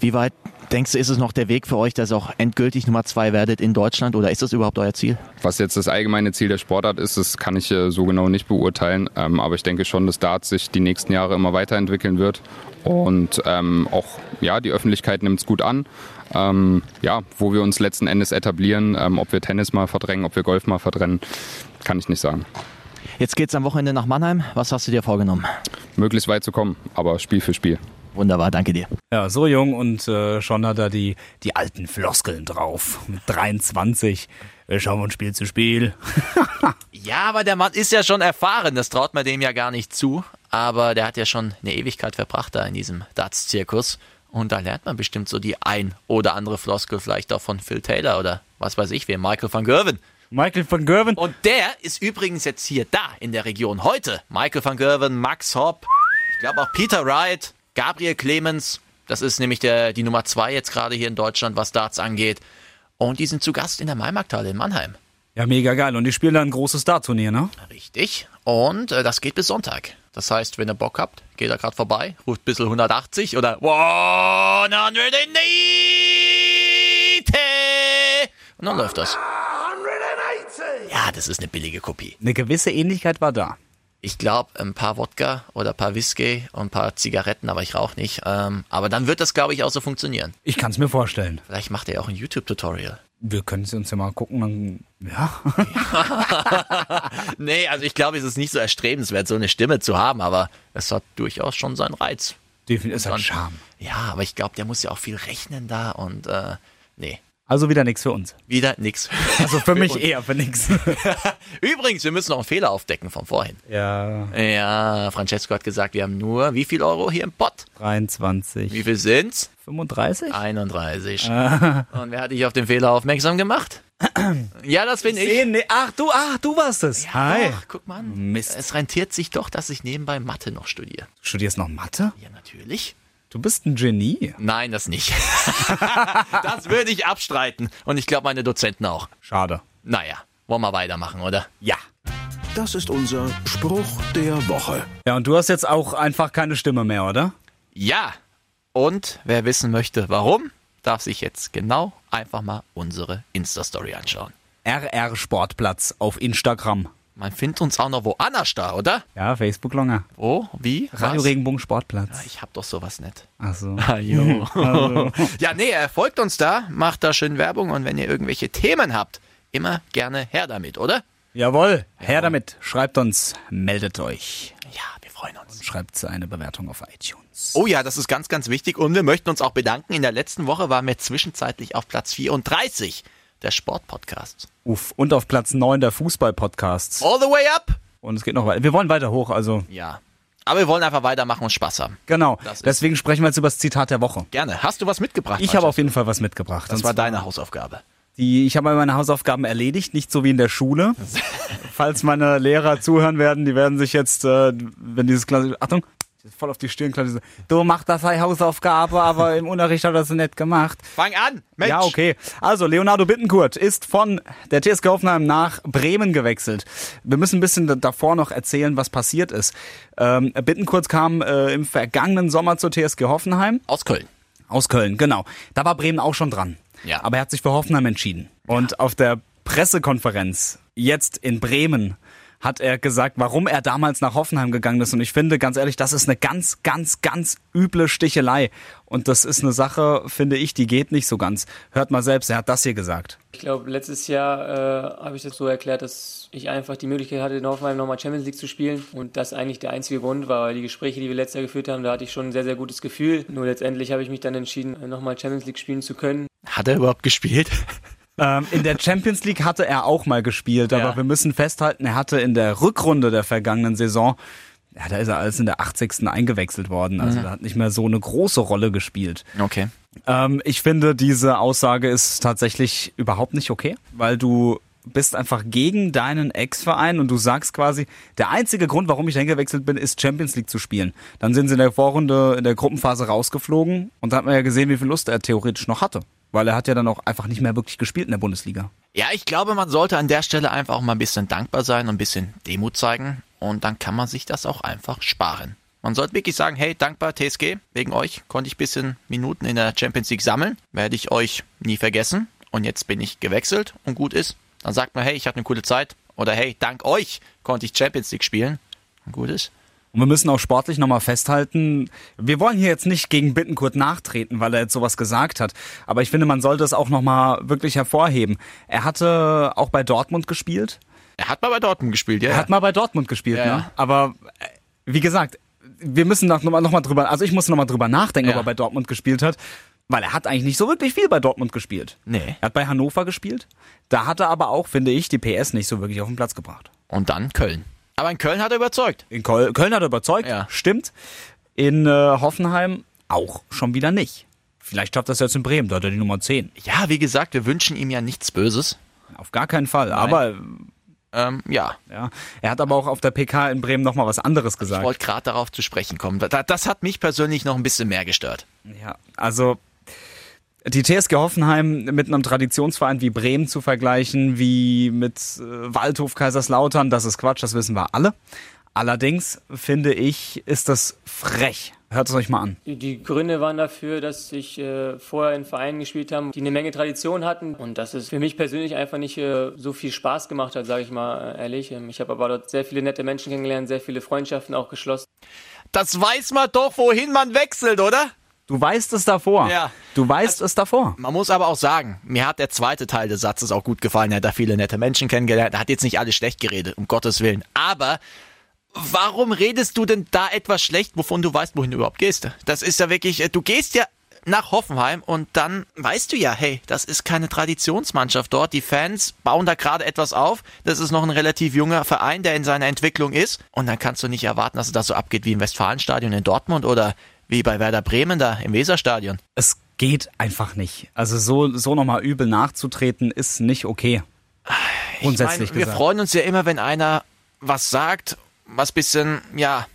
Wie weit denkst du, ist es noch der Weg für euch, dass ihr auch endgültig Nummer zwei werdet in Deutschland oder ist das überhaupt euer Ziel? Was jetzt das allgemeine Ziel der Sportart ist, das kann ich äh, so genau nicht beurteilen. Ähm, aber ich denke schon, dass Dart sich die nächsten Jahre immer weiterentwickeln wird. Und ähm, auch, ja, die Öffentlichkeit nimmt es gut an. Ähm, ja, wo wir uns letzten Endes etablieren, ähm, ob wir Tennis mal verdrängen, ob wir Golf mal verdrängen, kann ich nicht sagen. Jetzt geht's am Wochenende nach Mannheim. Was hast du dir vorgenommen? möglichst weit zu kommen, aber Spiel für Spiel. Wunderbar, danke dir. Ja, so jung und äh, schon hat er die, die alten Floskeln drauf. Mit 23. Wir schauen von Spiel zu Spiel. Ja, aber der Mann ist ja schon erfahren. Das traut man dem ja gar nicht zu. Aber der hat ja schon eine Ewigkeit verbracht da in diesem Darts-Zirkus. Und da lernt man bestimmt so die ein oder andere Floskel vielleicht auch von Phil Taylor oder was weiß ich, wem, Michael van Gerwen. Michael van Gerwen. Und der ist übrigens jetzt hier da in der Region heute. Michael van Gerwen, Max Hopp, ich glaube auch Peter Wright, Gabriel Clemens. Das ist nämlich der, die Nummer zwei jetzt gerade hier in Deutschland, was Darts angeht. Und die sind zu Gast in der Maimarkthalle in Mannheim. Ja, mega geil. Und die spielen da ein großes Startturnier, ne? Richtig. Und äh, das geht bis Sonntag. Das heißt, wenn ihr Bock habt, geht da gerade vorbei, ruft ein bisschen 180 oder 180 und dann läuft das. Ja, das ist eine billige Kopie. Eine gewisse Ähnlichkeit war da. Ich glaube, ein paar Wodka oder ein paar Whisky und ein paar Zigaretten, aber ich rauche nicht. Ähm, aber dann wird das, glaube ich, auch so funktionieren. Ich kann's mir vorstellen. Vielleicht macht er auch ein YouTube-Tutorial. Wir können es uns ja mal gucken. Dann, ja. *laughs* Nee, also ich glaube, es ist nicht so erstrebenswert, so eine Stimme zu haben, aber es hat durchaus schon seinen Reiz. Definitiv ist halt ein Dann- Charme. Ja, aber ich glaube, der muss ja auch viel rechnen da und äh, nee, Also wieder nichts für uns. wieder nix. Also für mich eh- eher für nichts. Übrigens, wir müssen noch einen Fehler aufdecken von vorhin. *laughs* Ja, Ja, Francesco hat gesagt, wir haben nur wie viel Euro hier im Pott? 23. Wie viel sind's? 35? 31. Ah. *laughs* und wer hat dich auf den Fehler *clears throat* aufmerksam gemacht? ja, das bin ich. Zehn, nee, ach du, ach du warst es. Hi. Ach, guck mal an. Mist. Es rentiert sich doch, dass ich nebenbei Mathe noch studiere. Du studierst noch Mathe? Ja, natürlich. Du bist ein Genie. Nein, das *laughs* nicht. das würde ich abstreiten. Und ich glaube, meine Dozenten auch. Schade. Naja, wollen wir weitermachen, oder? Ja. Das ist unser Spruch der Woche. Ja, und du hast jetzt auch einfach keine Stimme mehr, oder? Ja. Und wer wissen möchte, warum, darf sich jetzt genau einfach mal unsere Insta-Story anschauen. RR Sportplatz auf Instagram. Man findet uns auch noch woanders da, oder? Ja, Facebook Longer. Wo? Wie? Radio was? Regenbogen Sportplatz. Ich hab doch sowas nicht. *laughs* Achso. Ajo. Also. ja, nee, er folgt uns da, macht da schön Werbung und wenn ihr irgendwelche Themen habt, immer gerne her damit, oder? Jawohl, her damit. Schreibt uns, meldet euch. Ja, wir freuen uns. Schreibt eine Bewertung auf iTunes. Oh ja, das ist ganz, ganz wichtig und wir möchten uns auch bedanken. In der letzten Woche waren wir zwischenzeitlich auf Platz 34 der Sportpodcasts. Uff, und auf Platz 9 der Fußball-Podcasts. All the way up! Und es geht noch weiter. Wir wollen weiter hoch, also Ja. Aber wir wollen einfach weitermachen und Spaß haben. genau. Das ist- Deswegen sprechen wir jetzt über das Zitat der Woche. Gerne. Hast du was mitgebracht? Ich habe Malte? auf jeden Fall was mitgebracht. Das Und war deine Hausaufgabe. *laughs* Die, ich habe meine Hausaufgaben erledigt, nicht so wie in der Schule. Falls meine Lehrer zuhören werden, die werden sich jetzt, äh, wenn dieses klassische, Achtung, voll auf die Stirn klatschen. Du machst das als Hausaufgabe, aber im Unterricht hat er es nicht gemacht. Fang an! Mensch! Ja, okay. Also, Leonardo Bittenkurt ist von der TSG Hoffenheim nach Bremen gewechselt. Wir müssen ein bisschen d- davor noch erzählen, was passiert ist. Ähm, Bittenkurt kam äh, im vergangenen Sommer zur TSG Hoffenheim. Aus Köln. Aus Köln, genau. Da war Bremen auch schon dran. Ja. Aber er hat sich für Hoffenheim entschieden. Und auf der Pressekonferenz jetzt in Bremen hat er gesagt, warum er damals nach Hoffenheim gegangen ist. Und ich finde, ganz ehrlich, das ist eine ganz, ganz, ganz üble Stichelei. Und das ist eine Sache, finde ich, die geht nicht so ganz. Hört mal selbst, er hat das hier gesagt. Ich glaube, letztes Jahr äh, habe ich das so erklärt, dass ich einfach die Möglichkeit hatte, in Hoffenheim nochmal Champions League zu spielen. Und das eigentlich der einzige Grund war, weil die Gespräche, die wir letztes Jahr geführt haben, da hatte ich schon ein sehr, sehr gutes Gefühl. Nur letztendlich habe ich mich dann entschieden, äh, nochmal Champions League spielen zu können. Hat er überhaupt gespielt? Ähm, in der Champions League hatte er auch mal gespielt, aber wir müssen festhalten, er hatte in der Rückrunde der vergangenen Saison, ja, da ist er als in der 80. eingewechselt worden. Also er hat nicht mehr so eine große Rolle gespielt. Okay. Ähm, ich finde, diese Aussage ist tatsächlich überhaupt nicht okay, weil du bist einfach gegen deinen Ex-Verein und du sagst quasi, der einzige Grund, warum ich hingewechselt bin, ist Champions League zu spielen. Dann sind sie in der Vorrunde, in der Gruppenphase rausgeflogen und da hat man ja gesehen, wie viel Lust er theoretisch noch hatte. Weil er hat ja dann auch einfach nicht mehr wirklich gespielt in der Bundesliga. Ja, ich glaube, man sollte an der Stelle einfach auch mal ein bisschen dankbar sein und ein bisschen Demut zeigen. Und dann kann man sich das auch einfach sparen. Man sollte wirklich sagen, hey, dankbar TSG, wegen euch konnte ich ein bisschen Minuten in der Champions League sammeln. Werde ich euch nie vergessen. Und jetzt bin ich gewechselt und gut ist. Dann sagt man, hey, ich hatte eine coole Zeit. Oder hey, dank euch konnte ich Champions League spielen. Und gut ist. Und wir müssen auch sportlich nochmal festhalten, wir wollen hier jetzt nicht gegen Bittenkurt nachtreten, weil er jetzt sowas gesagt hat. Aber ich finde, man sollte es auch nochmal wirklich hervorheben. Er hatte auch bei Dortmund gespielt. Er hat mal bei Dortmund gespielt, ja. Er hat mal bei Dortmund gespielt, Ja, ne? ja. Aber äh, wie gesagt, wir müssen noch, noch mal- noch mal drüber, also ich muss noch mal drüber nachdenken, Ja. ob er bei Dortmund gespielt hat, weil er hat eigentlich nicht so wirklich viel bei Dortmund gespielt. Nee. Er hat bei Hannover gespielt. Da hat er aber auch, finde ich, die PS nicht so wirklich auf den Platz gebracht. Und dann Köln. Aber in Köln hat er überzeugt. In Köln, Köln hat er überzeugt, Ja. stimmt. In äh, Hoffenheim auch schon wieder nicht. Vielleicht schafft das jetzt in Bremen, da hat er die Nummer 10. Ja, wie gesagt, wir wünschen ihm ja nichts Böses. Auf gar keinen Fall. Aber Ähm, ja, ja, er hat aber auch auf der PK in Bremen nochmal was anderes ich gesagt. wollte gerade darauf zu sprechen kommen. Da- Das hat mich persönlich noch ein bisschen mehr gestört. Ja, also die TSG Hoffenheim mit einem Traditionsverein wie Bremen zu vergleichen, wie mit äh, Waldhof Kaiserslautern, das ist Quatsch, das wissen wir alle. Allerdings finde ich, ist das frech. Hört es euch mal an. Die Gründe waren dafür, dass ich äh, vorher in Vereinen gespielt habe, die eine Menge Tradition hatten und dass es für mich persönlich einfach nicht äh, so viel Spaß gemacht hat, sage ich mal äh, ehrlich. Ähm, Ich habe aber dort sehr viele nette Menschen kennengelernt, sehr viele Freundschaften auch geschlossen. Das weiß man doch, wohin man wechselt, oder? Du weißt es davor. Ja. Du weißt es davor. Man muss aber auch sagen, mir hat der zweite Teil des Satzes auch gut gefallen. Er hat da viele nette Menschen kennengelernt. Er hat jetzt nicht alles schlecht geredet, um Gottes Willen. Aber warum redest du denn da etwas schlecht, wovon du weißt, wohin du überhaupt gehst? Das ist ja wirklich, äh, du gehst ja nach Hoffenheim und dann weißt du ja, hey, das ist keine Traditionsmannschaft dort. Die Fans bauen da gerade etwas auf. Das ist noch ein relativ junger Verein, der in seiner Entwicklung ist. Und dann kannst du nicht erwarten, dass es da so abgeht wie im Westfalenstadion in Dortmund oder wie bei Werder Bremen da im Weserstadion. Es geht einfach nicht. Also so, so nochmal übel nachzutreten, ist nicht okay. Grundsätzlich meine, Wir gesagt. freuen uns ja immer, wenn einer was sagt, was bisschen, ja,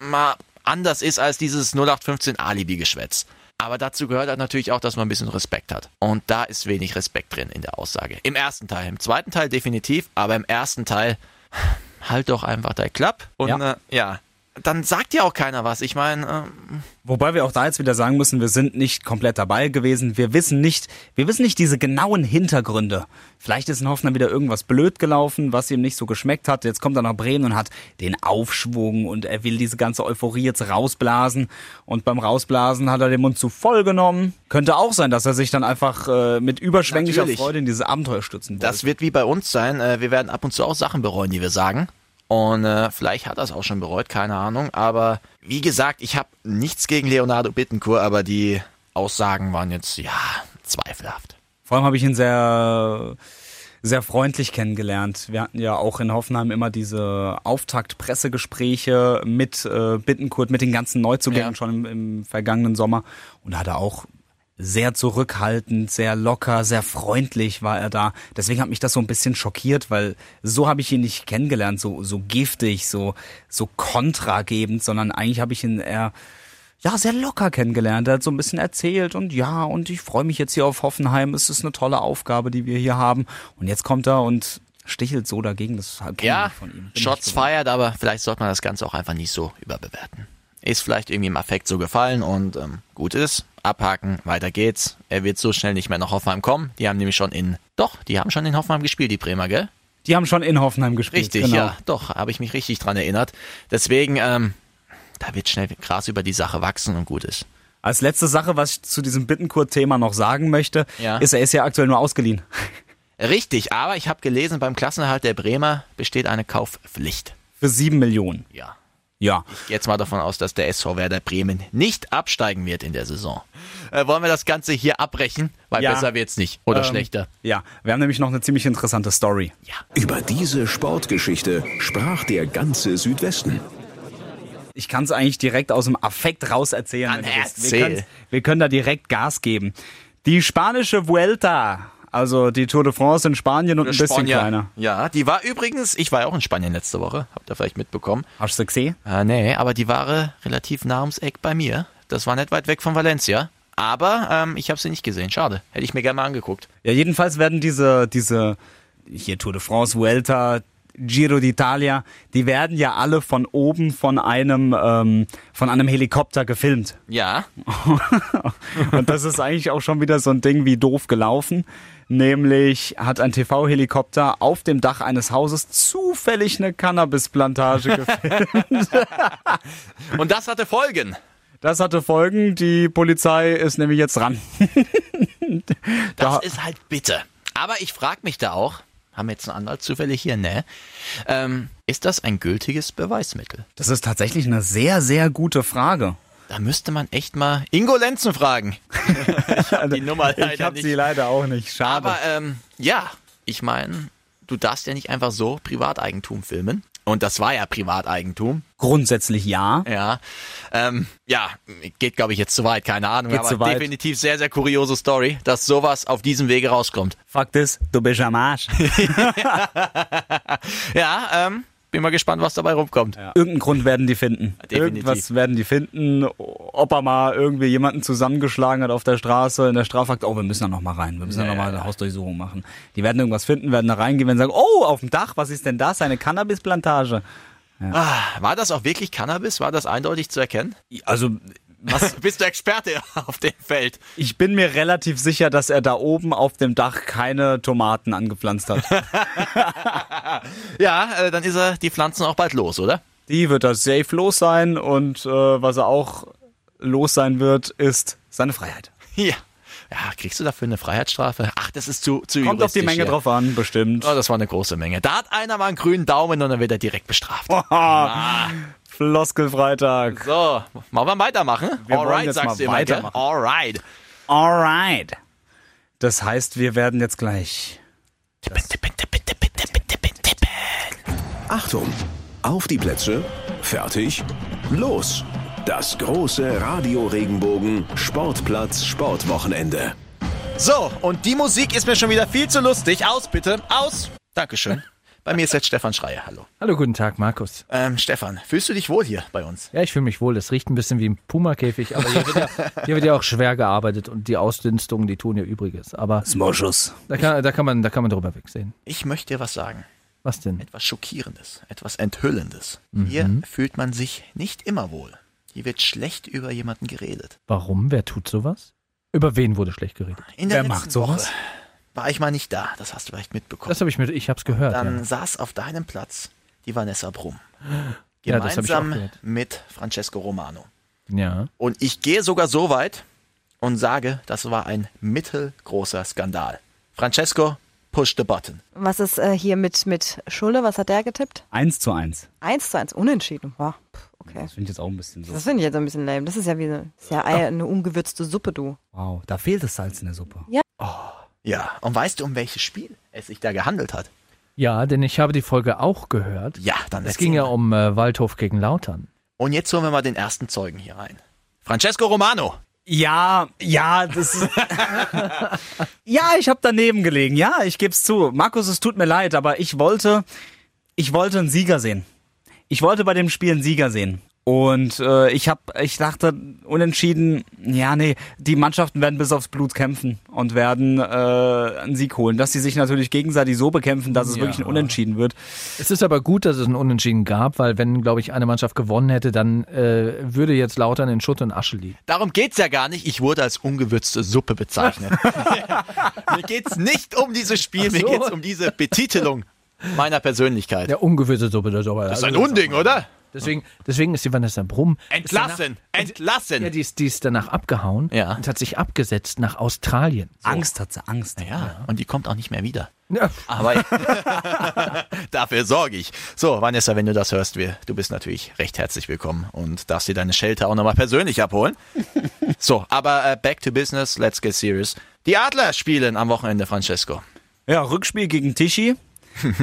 mal anders ist als dieses 0815 Alibi-Geschwätz. Aber dazu gehört halt natürlich auch, dass man ein bisschen Respekt hat. Und da ist wenig Respekt drin in der Aussage. Im ersten Teil. Im zweiten Teil definitiv, aber im ersten Teil halt doch einfach dein Klapp. Und Ja. ja. Äh, ja. Dann sagt ja auch keiner was. Ich meine, ähm, Wobei wir auch da jetzt wieder sagen müssen, wir sind nicht komplett dabei gewesen. Wir wissen nicht, wir wissen nicht diese genauen Hintergründe. Vielleicht ist in Hoffenheim wieder irgendwas blöd gelaufen, was ihm nicht so geschmeckt hat. Jetzt kommt er nach Bremen und hat den Aufschwung und er will diese ganze Euphorie jetzt rausblasen. Und beim Rausblasen hat er den Mund zu voll genommen. Könnte auch sein, dass er sich dann einfach äh, mit überschwänglicher Natürlich. Freude in dieses Abenteuer stürzen wollte. das wird wie bei uns sein. Äh, wir werden ab und zu auch Sachen bereuen, die wir sagen. Und äh, vielleicht hat er es auch schon bereut, keine Ahnung. Aber wie gesagt, ich habe nichts gegen Leonardo Bittencourt, aber die Aussagen waren jetzt, ja, zweifelhaft. Vor allem habe ich ihn sehr, sehr freundlich kennengelernt. Wir hatten ja auch in Hoffenheim immer diese Auftakt-Pressegespräche mit äh, Bittenkurt, mit den ganzen Neuzugängen Ja. schon im, im vergangenen Sommer. Und da hat er auch sehr zurückhaltend, sehr locker, sehr freundlich war er da. Deswegen hat mich das so ein bisschen schockiert, weil so habe ich ihn nicht kennengelernt, so, so giftig, so, so kontragebend, sondern eigentlich habe ich ihn eher ja, sehr locker kennengelernt. Er hat so ein bisschen erzählt und ja, und ich freue mich jetzt hier auf Hoffenheim. Es ist eine tolle Aufgabe, die wir hier haben. Und jetzt kommt er und stichelt so dagegen. Das kenn ich Ja, nicht von ihm. Bin ich Shots gewohnt. fired, aber vielleicht sollte man das Ganze auch einfach nicht so überbewerten. Ist vielleicht irgendwie im Affekt so gefallen und ähm, gut ist. Abhaken, weiter geht's. Er wird so schnell nicht mehr nach Hoffenheim kommen. Die haben nämlich schon in. Doch, die haben schon in Hoffenheim gespielt, die Bremer, gell? Die haben schon in Hoffenheim gespielt. Richtig, genau. ja, doch, habe ich mich richtig dran erinnert. Deswegen, ähm, da wird schnell Gras über die Sache wachsen und gut ist. Als letzte Sache, was ich zu diesem Bittenkurt-Thema noch sagen möchte, Ja. ist, er ist ja aktuell nur ausgeliehen. Richtig, aber ich habe gelesen, beim Klassenerhalt der Bremer besteht eine Kaufpflicht. Für sieben Millionen. Ja. Ja. Jetzt mal davon aus, dass der SV Werder Bremen nicht absteigen wird in der Saison. Äh, wollen wir das Ganze hier abbrechen? Weil Ja. Ähm, besser wird's nicht. Oder schlechter. Ja. Wir haben nämlich noch eine ziemlich interessante Story. Über diese Sportgeschichte sprach der ganze Südwesten. Ich kann es eigentlich direkt aus dem Affekt raus erzählen. wenn Dann du willst. erzähl. Wir, können's- wir können da direkt Gas geben. Die spanische Vuelta, also die Tour de France in Spanien und ein bisschen Spanier. kleiner. Ja, die war übrigens, ich war ja auch in Spanien letzte Woche, habt ihr vielleicht mitbekommen. Hast du gesehen? Äh, nee, aber die war äh, relativ nah ums Eck bei mir. Das war nicht weit weg von Valencia. Aber ähm, ich habe sie nicht gesehen. Schade. Hätte ich mir gerne mal angeguckt. Ja, jedenfalls werden diese, diese hier Tour de France, Vuelta, Giro d'Italia, die werden ja alle von oben von einem, ähm, von einem Helikopter gefilmt. Ja. *laughs* Und das ist eigentlich auch schon wieder so ein Ding wie doof gelaufen. Nämlich hat ein TV-Helikopter auf dem Dach eines Hauses zufällig eine Cannabisplantage *laughs* gefilmt. Und das hatte Folgen. Das hatte Folgen. Die Polizei ist nämlich jetzt dran. Das ist halt bitter. Aber ich frage mich da auch, Haben wir jetzt einen Anwalt zufällig hier? Ne. Ähm, ist das ein gültiges Beweismittel? Das ist tatsächlich eine sehr, sehr gute Frage. Da müsste man echt mal Ingo Lenzen *laughs* fragen. ich hab die Nummer leider ich habe nicht. sie leider auch nicht. Schade. Aber ähm, ja, ich meine, du darfst ja nicht einfach so Privateigentum filmen. Und das war ja Privateigentum. Grundsätzlich ja. Ja, ähm, ja, geht glaube ich jetzt zu weit, keine Ahnung, Geht aber zu weit. definitiv sehr, sehr kuriose Story, dass sowas auf diesem Wege rauskommt. Fakt ist, du bist am *laughs* Arsch. Ja, ähm, bin mal gespannt, was dabei rumkommt. Irgendeinen Grund werden die *laughs* finden. Definitiv. Irgendwas werden die finden. Ob er mal irgendwie jemanden zusammengeschlagen hat auf der Straße in der Strafakt. Oh, wir müssen da nochmal rein. Wir müssen da nochmal eine Hausdurchsuchung machen. Die werden irgendwas finden, werden da reingehen, werden sagen, oh, auf dem Dach, was ist denn das? Eine Cannabisplantage. Ah, War das auch wirklich Cannabis? War das eindeutig zu erkennen? Also, was, *laughs* Bist du Experte auf dem Feld? ich bin mir relativ sicher, dass er da oben auf dem Dach keine Tomaten angepflanzt *laughs* hat. Ja, äh, dann ist er die Pflanzen auch bald los, oder? Die wird da safe los sein und äh, was er auch los sein wird, ist seine Freiheit. Ja. Ja, kriegst du dafür eine Freiheitsstrafe? Ach, das ist zu, zu Kommt auf die juristisch Menge hier. drauf an, bestimmt. Oh, das war eine große Menge. Da hat einer mal einen grünen Daumen und dann wird er direkt bestraft. Floskelfreitag. So, machen wir weitermachen? Wir wollen Alright, jetzt mal sagst du immer, gell? weitermachen. Alright. Alright. Das heißt, wir werden jetzt gleich. Bitte, bitte, bitte, bitte, bitte, bitte, bitte. Achtung! Auf die Plätze, fertig, los! Das große Radio Regenbogen Sportplatz Sportwochenende. So, und die Musik ist mir schon wieder viel zu lustig. Aus bitte, aus. Dankeschön. Bei mir ist jetzt Stefan Schreier, hallo. Hallo, guten Tag, Markus. Ähm, Stefan, fühlst du dich wohl hier bei uns? Ja, ich fühle mich wohl. Das riecht ein bisschen wie ein Puma-Käfig, aber hier wird, ja, hier wird ja auch schwer gearbeitet und die Ausdünstungen, die tun ihr Übriges. Aber Moschus. da kann, da kann, man, da kann man drüber wegsehen. Ich möchte dir was sagen. Was denn? Etwas Schockierendes, etwas Enthüllendes. Hier Mhm. fühlt man sich nicht immer wohl. Hier wird schlecht über jemanden geredet. Warum? Wer tut sowas? Über wen wurde schlecht geredet? In der Wer macht letzten sowas? Woche war ich mal nicht da, das hast du vielleicht mitbekommen. Das habe ich mir, ich habe es gehört. Dann ja. saß auf deinem Platz die Vanessa Brumm. Ja, das hab ich auch Gemeinsam gehört. mit Francesco Romano. ja. Und ich gehe sogar so weit und sage, das war ein mittelgroßer Skandal. Francesco, push the button. Was ist äh, hier mit, mit Schulle? Was hat der getippt? Eins zu eins. 1 zu 1, unentschieden. Boah, pff, okay. Das finde ich jetzt auch ein bisschen so. Das finde ich jetzt ein bisschen lame. Das ist ja wie eine, ist ja Ei- eine ungewürzte Suppe, du. Wow, da fehlt das Salz in der Suppe. Ja, und weißt du, um welches Spiel es sich da gehandelt hat? ja, denn ich habe die Folge auch gehört. Ja, dann Es erzähl ging ja mal. um äh, Waldhof gegen Lautern. Und jetzt holen wir mal den ersten Zeugen hier rein. Francesco Romano. Ja, ja, das ist. *laughs* ja, ich habe daneben gelegen. Ja, ich geb's zu. Markus, es tut mir leid, aber ich wollte, ich wollte einen Sieger sehen. Ich wollte bei dem Spiel einen Sieger sehen. Und äh, ich hab, ich dachte, unentschieden, ja, nee, die Mannschaften werden bis aufs Blut kämpfen und werden äh, einen Sieg holen. Dass sie sich natürlich gegenseitig so bekämpfen, dass es wirklich ein Unentschieden wird. Es ist aber gut, dass es ein Unentschieden gab, weil wenn, glaube ich, eine Mannschaft gewonnen hätte, dann äh, würde jetzt Lautern in Schutt und Asche liegen. Darum geht's ja gar nicht. Ich wurde als ungewürzte Suppe *laughs* bezeichnet. *laughs* mir geht's nicht um dieses Spiel, mir so. geht's um diese Betitelung meiner Persönlichkeit. Ja, also, ungewisse Suppe. Das ist aber- Das ist ein Unding, oder? Deswegen, deswegen ist die Vanessa Brumm. Entlassen, entlassen. Ja, die ist, die ist danach abgehauen Ja. und hat sich abgesetzt nach Australien. Angst hat sie, Angst. Ja, und die kommt auch nicht mehr wieder. Ja. Aber *laughs* dafür sorge ich. So, Vanessa, wenn du das hörst, wir, du bist natürlich recht herzlich willkommen und darfst dir deine Shelter auch nochmal persönlich *laughs* abholen. So, aber äh, back to business, let's get serious. Die Adler spielen am Wochenende, Francesco. Ja, Rückspiel gegen Tischi.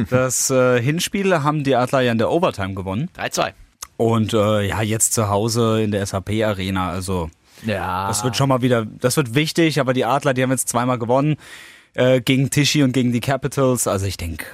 Das äh, Hinspiel haben die Adler ja in der Overtime gewonnen. 3-2. Und äh, ja, jetzt zu Hause in der SAP-Arena. Also, Ja. das wird schon mal wieder, das wird wichtig, aber die Adler, die haben jetzt zweimal gewonnen äh, gegen Tischi und gegen die Capitals. Also, ich denke,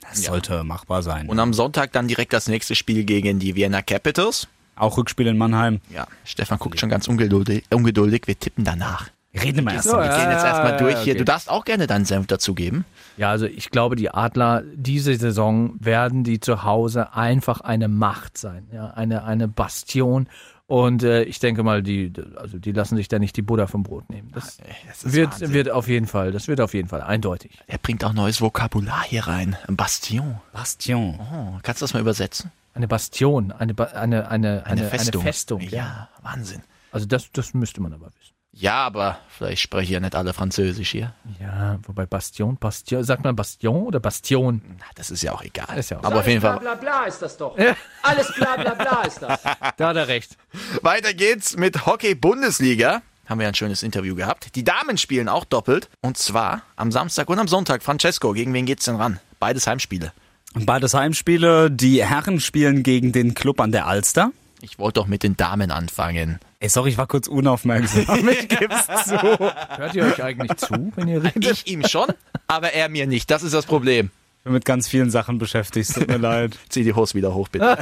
das sollte machbar sein. Und am Sonntag dann direkt das nächste Spiel gegen die Vienna Capitals. Auch Rückspiel in Mannheim. Ja, Stefan guckt schon ganz ungeduldig. ungeduldig. Wir tippen danach. Wir Reden wir erst. So, mal. Wir gehen jetzt erstmal durch hier. Ah, okay. Du darfst auch gerne deinen Senf dazugeben. Ja, also ich glaube, die Adler diese Saison werden die zu Hause einfach eine Macht sein, ja, eine, eine Bastion. Und äh, ich denke mal, die, also die lassen sich da nicht die Buddha vom Brot nehmen. Das, das ist wird, Wahnsinn. wird auf jeden Fall, das wird auf jeden Fall eindeutig. Er bringt auch neues Vokabular hier rein. Bastion. Bastion. Oh, kannst du das mal übersetzen? Eine Bastion, eine, Ba- eine, eine, eine, eine Festung. ja, Wahnsinn. Also das, das müsste man aber wissen. Ja, aber vielleicht spreche ich ja nicht alle Französisch hier. Ja, wobei Bastion, Bastion, sagt man Bastion oder Bastion? Na, das ist ja auch egal. Ist ja auch aber auf jeden Fall. ist das doch. Alles bla bla bla ist das. Ah. Da hat er recht. Weiter geht's mit Hockey-Bundesliga. Haben wir ein schönes Interview gehabt. Die Damen spielen auch doppelt. Und zwar am Samstag und am Sonntag. Francesco, gegen wen geht's denn ran? Beides Heimspiele. Beides Heimspiele. Die Herren spielen gegen den Club an der Alster. Ich wollte doch mit den Damen anfangen. Ey, sorry, ich war kurz *laughs* unaufmerksam. ich gib's zu. Hört ihr euch eigentlich zu, wenn *laughs* ihr redet? Ich ihm *laughs* schon, aber er mir nicht. Das ist das Problem. bin mit ganz vielen Sachen beschäftigt, tut *laughs* mir leid. Zieh die Hose wieder hoch, *laughs* bitte.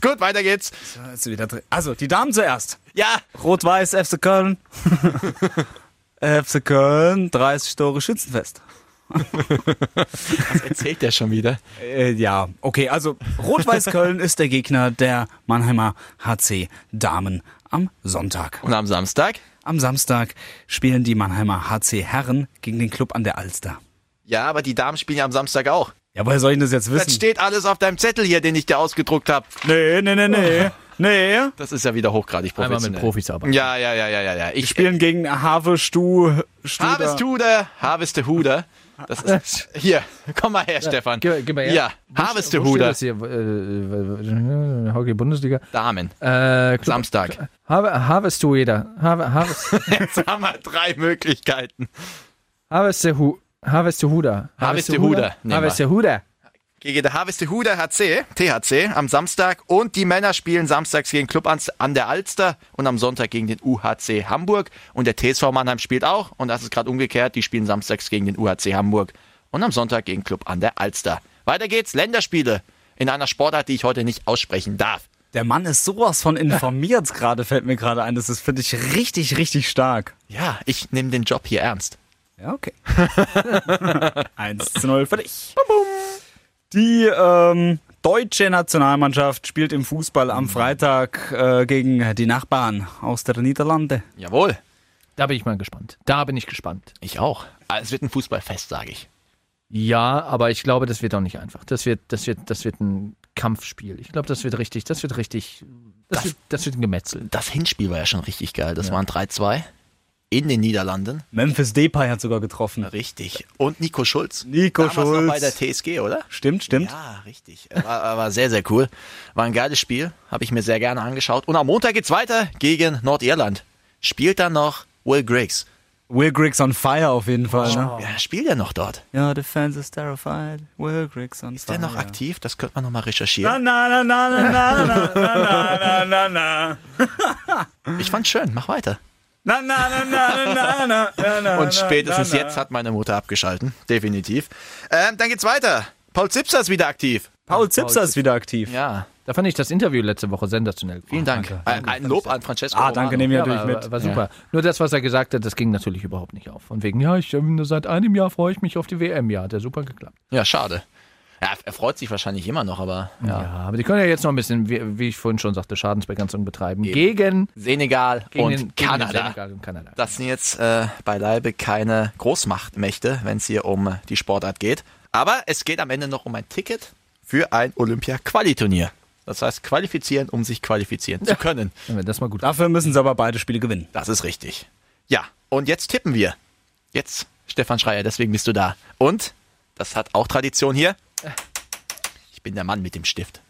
Gut, weiter geht's. Jetzt wieder drin. Also, die Damen zuerst. Ja, Rot-Weiß, FC *laughs* Köln. FC Köln, 30 Tore Schützenfest. was erzählt der schon wieder? Äh, ja, okay, also *laughs* Rot-Weiß Köln ist der Gegner der Mannheimer HC Damen am Sonntag. Und am Samstag? Am Samstag spielen die Mannheimer HC Herren gegen den Club an der Alster. Ja, aber die Damen spielen ja am Samstag auch. Ja, woher soll ich denn das jetzt Das wissen? steht alles auf deinem Zettel hier, den ich dir ausgedruckt habe. Nee, nee, nee, nee. Nee. Das ist ja wieder hochgradig Einmal professionell. mit Profis arbeiten. Ja, ja, ja, ja, ja, ja. Ich Spielen gegen Have, Äh, Stu, Studer. Harvestuder, Harvestehuder. Das *laughs* ist, hier, komm mal her, Stefan. gib- gib mal her. Ja, Wo steht Harvestehuder, das hier? Äh, Hockey Bundesliga. Damen. Äh, Club- *laughs* Samstag. Harve- Harvest du jeder. Harve- Harvest Jetzt haben wir drei Möglichkeiten. Harvest der Hu- Harvest der Huder. Harvest der Huder, nehmen wir. Harvest der Huder. Gegen der Harvestehuder HC, THC, am Samstag. Und die Männer spielen samstags gegen Club an- an der Alster und am Sonntag gegen den UHC Hamburg. Und der TSV Mannheim spielt auch. Und das ist gerade umgekehrt. Die spielen samstags gegen den UHC Hamburg und am Sonntag gegen Club an der Alster. Weiter geht's, Länderspiele. In einer Sportart, die ich heute nicht aussprechen darf. Der Mann ist sowas von informiert *laughs* gerade, fällt mir gerade ein. Das ist, finde ich, richtig, richtig stark. Ja, ich nehme den Job hier ernst. Ja, *laughs* okay. 1 zu 0 für dich. Die ähm, deutsche Nationalmannschaft spielt im Fußball Mhm. am Freitag äh, gegen die Nachbarn aus der Niederlande. Jawohl. Da bin ich mal gespannt. Da bin ich gespannt. Ich auch. Ah, Es wird ein Fußballfest, sage ich. Ja, aber ich glaube, das wird auch nicht einfach. Das wird, das wird, das wird ein Kampfspiel. Ich glaube, das wird richtig, das wird richtig, das, wird, das wird ein Gemetzel. Das Hinspiel war ja schon richtig geil. Das waren 3-2 in den Niederlanden. Memphis Depay hat sogar getroffen. Richtig. Und Nico Schulz. Nico Damals Schulz. Noch bei der TSG, oder? Stimmt, stimmt. Ja, richtig. Äh, War, war sehr, sehr cool. War ein geiles Spiel. Habe ich mir sehr gerne angeschaut. Und am Montag geht's weiter gegen Nordirland. Spielt dann noch Will Griggs. Will Griggs on fire auf jeden Fall. Ne? Ja, spielt er noch dort? Ja, the fans is terrified. Will Griggs on Ist der noch aktiv? Das könnte man nochmal recherchieren. Na, na, na, na, na, na, na, na, na, na. Ich fand's schön. Mach weiter. Na, na, na, na, na, na, na, na, Und spätestens na, na. jetzt hat meine Mutter abgeschalten. Definitiv. Ähm, dann geht's weiter. Paul Zipser ist wieder aktiv. Paul Zipser ist wieder aktiv. Ja, Da fand ich das Interview letzte Woche sensationell. Oh, vielen Dank. ein, ein Lob an Francesco. Ah, danke, Romano. nehmen wir Ja, natürlich war, mit. war super. Nur das, was er gesagt hat, das ging natürlich überhaupt nicht auf. Von wegen, ja, ich ähm, nur seit einem Jahr freue ich mich auf die WM. Ja, hat ja super geklappt. Ja, schade. Ja, er freut sich wahrscheinlich immer noch, aber Hm. Ja. aber die können ja jetzt noch ein bisschen, wie, wie ich vorhin schon sagte, Schadensbegrenzung betreiben. Gegen, Senegal gegen und den, Kanada. Gegen den Senegal und Kanada. Das sind jetzt äh, beileibe keine Großmachtmächte, wenn es hier um äh, die Sportart geht. Aber es geht am Ende noch um ein Ticket für ein Olympia-Quali-Turnier. Das heißt, qualifizieren, um sich qualifizieren zu können. Wenn wir das mal gut Dafür müssen sie aber beide Spiele gewinnen. Das ist richtig. Ja, und jetzt tippen wir. Jetzt, Stefan Schreier, deswegen bist du da. Und, das hat auch Tradition hier, ich bin der Mann mit dem Stift.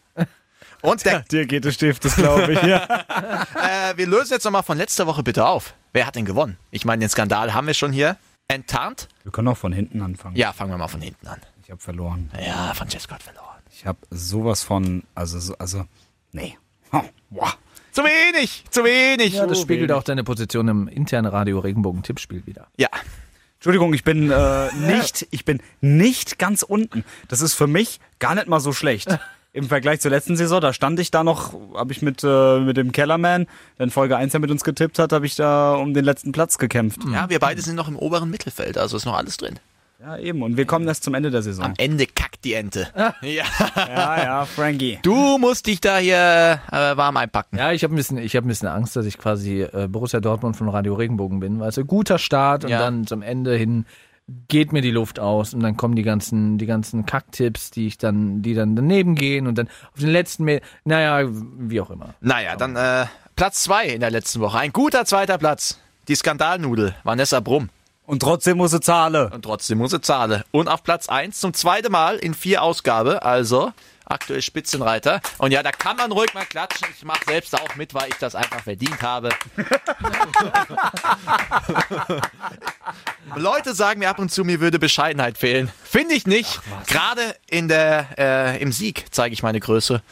Und der, *laughs* Dir geht der Stift, das glaube ich. Ja. äh, wir lösen jetzt nochmal von letzter Woche bitte auf. Wer hat denn gewonnen? Ich meine, den Skandal haben wir schon hier. Enttarnt? *laughs* Wir können auch von hinten anfangen. Ja, fangen wir mal von hinten an. Ich habe verloren. Ja, Francesco hat verloren. Ich habe sowas von, also, so- also, nee. Oh, wow. Zu wenig, zu wenig. Ja, das spiegelt auch deine Position im internen Radio Regenbogen Tippspiel wieder. Ja, Entschuldigung, ich bin äh, nicht, ich bin nicht ganz unten. Das ist für mich gar nicht mal so schlecht. Im Vergleich zur letzten Saison, da stand ich da noch, habe ich mit, äh, mit dem Kellerman, der in Folge 1 ja mit uns getippt hat, habe ich da um den letzten Platz gekämpft. ja, wir beide sind noch im oberen Mittelfeld, also ist noch alles drin. Ja, eben. Und wir kommen erst zum Ende der Am Saison. Ende kackt die Ente. Ah. Ja. *laughs* Ja, ja, Frankie. Du musst dich da hier äh, warm einpacken. Ja, ich habe ein, bisschen- ich hab ein bisschen Angst, dass ich quasi äh, Borussia Dortmund von Radio Regenbogen bin. Weißt du, guter Start und Ja. dann zum Ende hin geht mir die Luft aus und dann kommen die ganzen, die ganzen Kacktipps, die ich dann, die dann daneben gehen und dann auf den letzten, Me naja, wie auch immer. Naja, dann äh, Platz 2 in der letzten Woche. Ein guter zweiter Platz. Die Skandalnudel, Vanessa Brumm. Und trotzdem muss er zahlen. Und trotzdem muss sie zahlen. Und auf Platz 1 zum zweiten Mal in vier Ausgabe, also aktuell Spitzenreiter. Und ja, da kann man ruhig mal klatschen. Ich mache selbst auch mit, weil ich das einfach verdient *laughs* habe. Leute sagen mir ab und zu, mir würde Bescheidenheit fehlen. Finde ich nicht. Gerade in der, äh, im Sieg zeige ich meine Größe.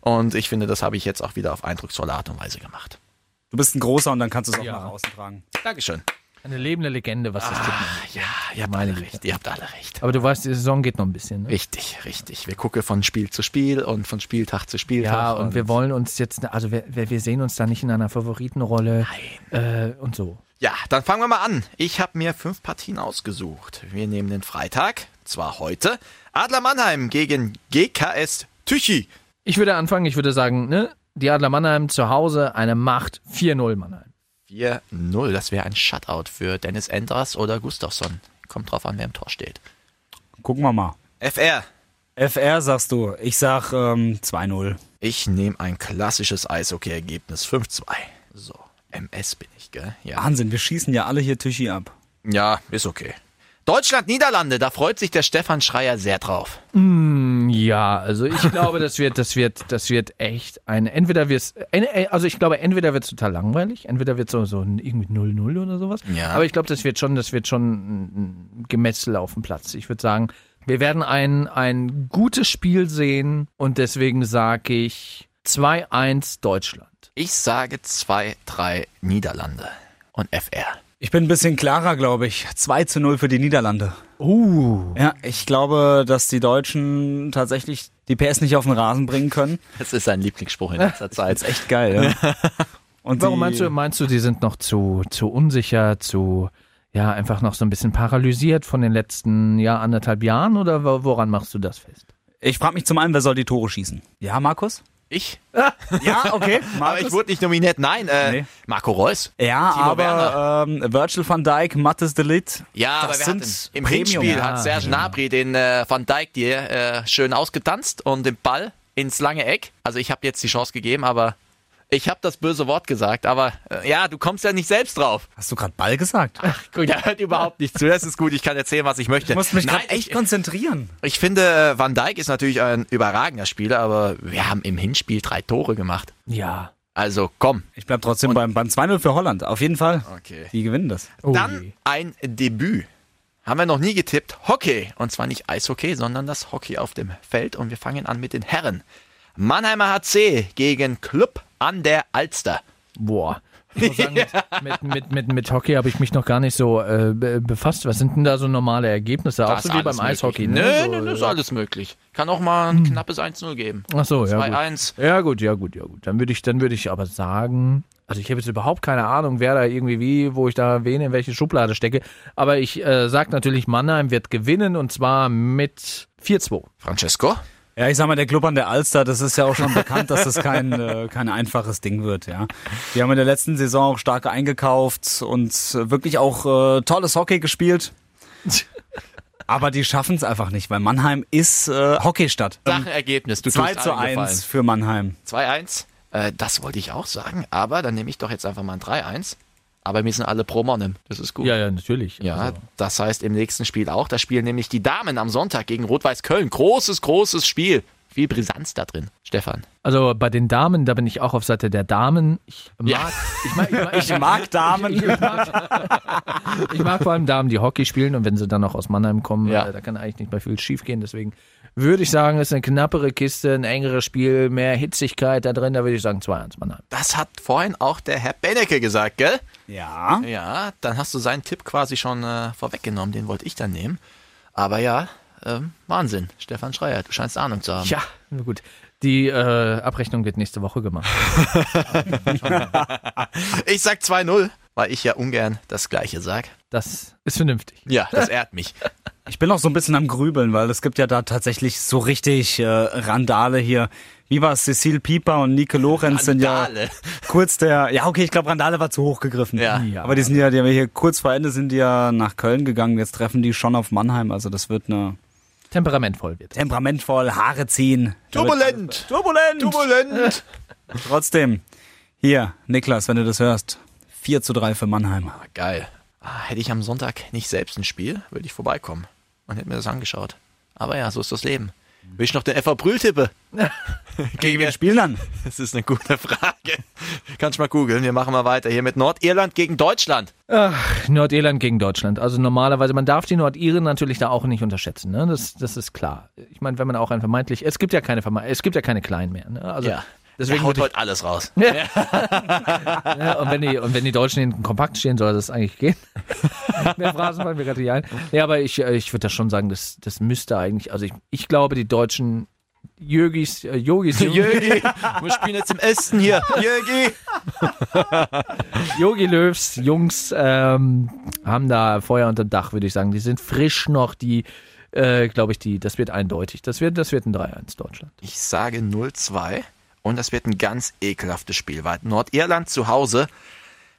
Und ich finde, das habe ich jetzt auch wieder auf eindrucksvolle Art und Weise gemacht. Du bist ein großer und dann kannst du es auch nach außen tragen. Dankeschön. Eine lebende Legende, was das Ah. Tippen angeht. Ja, ihr habt alle recht. Ihr habt alle recht. Aber du weißt, die Saison geht noch ein bisschen. Ne? Richtig, richtig. Wir gucken von Spiel zu Spiel und von Spieltag zu Spieltag. Ja, und wir wollen uns jetzt, also wir, wir wir sehen uns da nicht in einer Favoritenrolle äh, und so. Ja, dann fangen wir mal an. Ich habe mir fünf Partien ausgesucht. Wir nehmen den Freitag, zwar heute. Adler Mannheim gegen GKS Tüchi. Ich würde anfangen, ich würde sagen, ne? Die Adler Mannheim zu Hause, eine Macht 4-0 Mannheim. 4-0. Das wäre ein Shutout für Dennis Endras oder Gustafsson. Kommt drauf an, wer im Tor steht. Gucken wir mal. FR. FR sagst du. Ich sag ähm, 2-0. Ich nehme ein klassisches Eishockey-Ergebnis. 5-2. So, MS bin ich, gell? Ja. Wahnsinn, wir schießen ja alle hier Tischi ab. Ja, ist okay. Deutschland-Niederlande, da freut sich der Stefan Schreier sehr drauf. Ja, also ich glaube, das wird, das wird, das wird echt ein, entweder wird's, en- äh, also ich glaube, entweder wird's total langweilig, entweder wird's so, so ein irgendwie 0-0 oder sowas. Ja. Aber ich glaube, das wird schon, das wird schon ein ein Gemetzel auf dem Platz. Ich würde sagen, wir werden ein, ein gutes Spiel sehen und deswegen sage ich 2-1 Deutschland. Ich sage 2-3 Niederlande und FR. Ich bin ein bisschen klarer, glaube ich. 2 zu 0 für die Niederlande. Uh. Ja, ich glaube, dass die Deutschen tatsächlich die PS nicht auf den Rasen bringen können. Das ist sein Lieblingsspruch in letzter Zeit. Ist echt geil, ja. *laughs* Und Warum die- meinst du, meinst du, die sind noch zu, zu unsicher, zu, ja, einfach noch so ein bisschen paralysiert von den letzten, ja, anderthalb Jahren oder wo- woran machst du das fest? Ich frage mich zum einen, wer soll die Tore schießen? Ja, Markus? *laughs* Ich? Ja, *laughs* okay. Aber ich wurde nicht nominiert. Nein, äh, Nee. Marco Reus. ja, Timo aber ähm, Virgil van Dijk, Mattes Delit. Ja, aber wir hatten, im Hinspiel Ah, hat Serge Gnabry den äh, Van Dijk dir äh, schön ausgetanzt und den Ball ins lange Eck. Also ich habe jetzt die Chance gegeben, aber ich habe das böse Wort gesagt. Aber äh, ja, du kommst ja nicht selbst drauf. Hast du gerade Ball gesagt? Gut, der hört überhaupt nicht zu. Das ist gut. Ich kann erzählen, was ich möchte. Ich muss mich Nein, gerade echt ich, konzentrieren. ich finde, äh, Van Dijk ist natürlich ein überragender Spieler, aber wir haben im Hinspiel drei Tore gemacht. Ja. Also komm. Ich bleib trotzdem beim, beim 2-0 für Holland. Auf jeden Fall. Okay. Die gewinnen das. Dann ein Debüt. Haben wir noch nie getippt. Hockey. Und zwar nicht Eishockey, sondern das Hockey auf dem Feld. Und wir fangen an mit den Herren. Mannheimer HC gegen Club an der Alster. Boah. Ich *laughs* muss sagen, mit, mit, mit, mit, mit Hockey habe ich mich noch gar nicht so äh, be- befasst. Was sind denn da so normale Ergebnisse? Auch Da so ist wie alles beim möglich. Eishockey. Nö, ne? nö, So, nö, ist alles möglich. Kann auch mal ein knappes 1-0 geben. Ach so, ja. Gut. 2-1. Ja, gut, ja, gut, ja, gut. Dann würde ich, dann würde ich aber sagen, also ich habe jetzt überhaupt keine Ahnung, wer da irgendwie wie, wo ich da wen in welche Schublade stecke. Aber ich äh, sag natürlich, Mannheim wird gewinnen und zwar mit 4-2. Francesco? Ja, ich sag mal, der Club an der Alster, das ist ja auch *laughs* schon bekannt, dass das kein, äh, kein einfaches Ding wird, ja. Die haben in der letzten Saison auch stark eingekauft und äh, wirklich auch äh, tolles Hockey gespielt. Aber die schaffen es einfach nicht, weil Mannheim ist äh, Hockeystadt. Ähm, Sachenergebnis. Du 2 tust zu allen 1 für Mannheim. Gefallen. 2-1. Äh, das wollte ich auch sagen. Aber dann nehme ich doch jetzt einfach mal ein 3-1. Aber wir sind alle pro Monem. Das ist gut. Ja, ja, natürlich. Ja, Also, das heißt im nächsten Spiel auch. Da spielen nämlich die Damen am Sonntag gegen Rot-Weiß Köln. Großes, großes Spiel. Viel Brisanz da drin. Stefan. also bei den Damen, da bin ich auch auf Seite der Damen. Ich mag, Ja. ich mag, ich mag, Ich mag Damen. *laughs* Ich, ich, mag, ich mag vor allem Damen, die Hockey spielen und wenn sie dann noch aus Mannheim kommen, Ja. äh, da kann eigentlich nicht mehr viel schief gehen. Deswegen würde ich sagen, ist eine knappere Kiste, ein engeres Spiel, mehr Hitzigkeit da drin. Da würde ich sagen 2-1 Mannheim. Das hat vorhin auch der Herr Benecke gesagt, gell? Ja. Ja, dann hast du seinen Tipp quasi schon äh, vorweggenommen. Den wollte ich dann nehmen. Aber ja, ähm, Wahnsinn. Stefan Schreier, du scheinst Ahnung zu haben. Ja, na gut. Die äh, Abrechnung wird nächste Woche gemacht. Ich sag 2-0, weil ich ja ungern das Gleiche sag. Das ist vernünftig. Ja, das ehrt mich. Ich bin auch so ein bisschen am Grübeln, weil es gibt ja da tatsächlich so richtig äh, Randale hier. Wie war es? Cecile Pieper und Nike Lorenz sind ja Randale. kurz der. Ja, okay, ich glaube, Randale war zu hoch gegriffen. Ja. Ja. Aber die sind ja, die haben ja hier kurz vor Ende sind die ja nach Köln gegangen. Jetzt treffen die schon auf Mannheim. Also das wird eine Temperamentvoll wird. temperamentvoll, Haare ziehen. Da wird- Turbulent. Turbulent. Turbulent. Trotzdem. Hier, Niklas, wenn du das hörst. 4 zu 3 für Mannheim. Ah, geil. Ah, hätte ich am Sonntag nicht selbst ein Spiel, würde ich vorbeikommen und hätte mir das angeschaut. Aber ja, so ist das Leben. Will ich noch den FV Brühl tippe? Gegen wen Spielen dann. Das ist eine gute Frage. Kannst mal googeln. Wir machen mal weiter hier mit Nordirland gegen Deutschland. Nordirland gegen Deutschland. Also normalerweise, man darf die Nordiren natürlich da auch nicht unterschätzen. Ne? Das, das ist klar. Ich meine, wenn man auch ein vermeintlich, es gibt ja keine Verme es gibt ja keine Kleinen mehr. Ne? Also Ja. deswegen Der haut würde heute alles raus. ich, ne? und, wenn die, und wenn die Deutschen hinten kompakt stehen, soll das eigentlich gehen. Mehr Phrasen fallen mir gerade nicht ein. Ja, aber ich, äh, ich würde da schon sagen, das, das müsste eigentlich, also ich, ich glaube, die Deutschen Jögis, äh, Yogis, *laughs* Jögi, wir spielen jetzt im Osten *laughs* hier. Jögi. Yogi Löws Jungs ähm, haben da Feuer unter Dach, würde ich sagen. Die sind frisch noch, die, äh, glaube ich, die, das wird eindeutig. Das wird, das wird ein 3-1 Deutschland. Ich sage 0-2 und das wird ein ganz ekelhaftes Spiel, weil Nordirland zu Hause,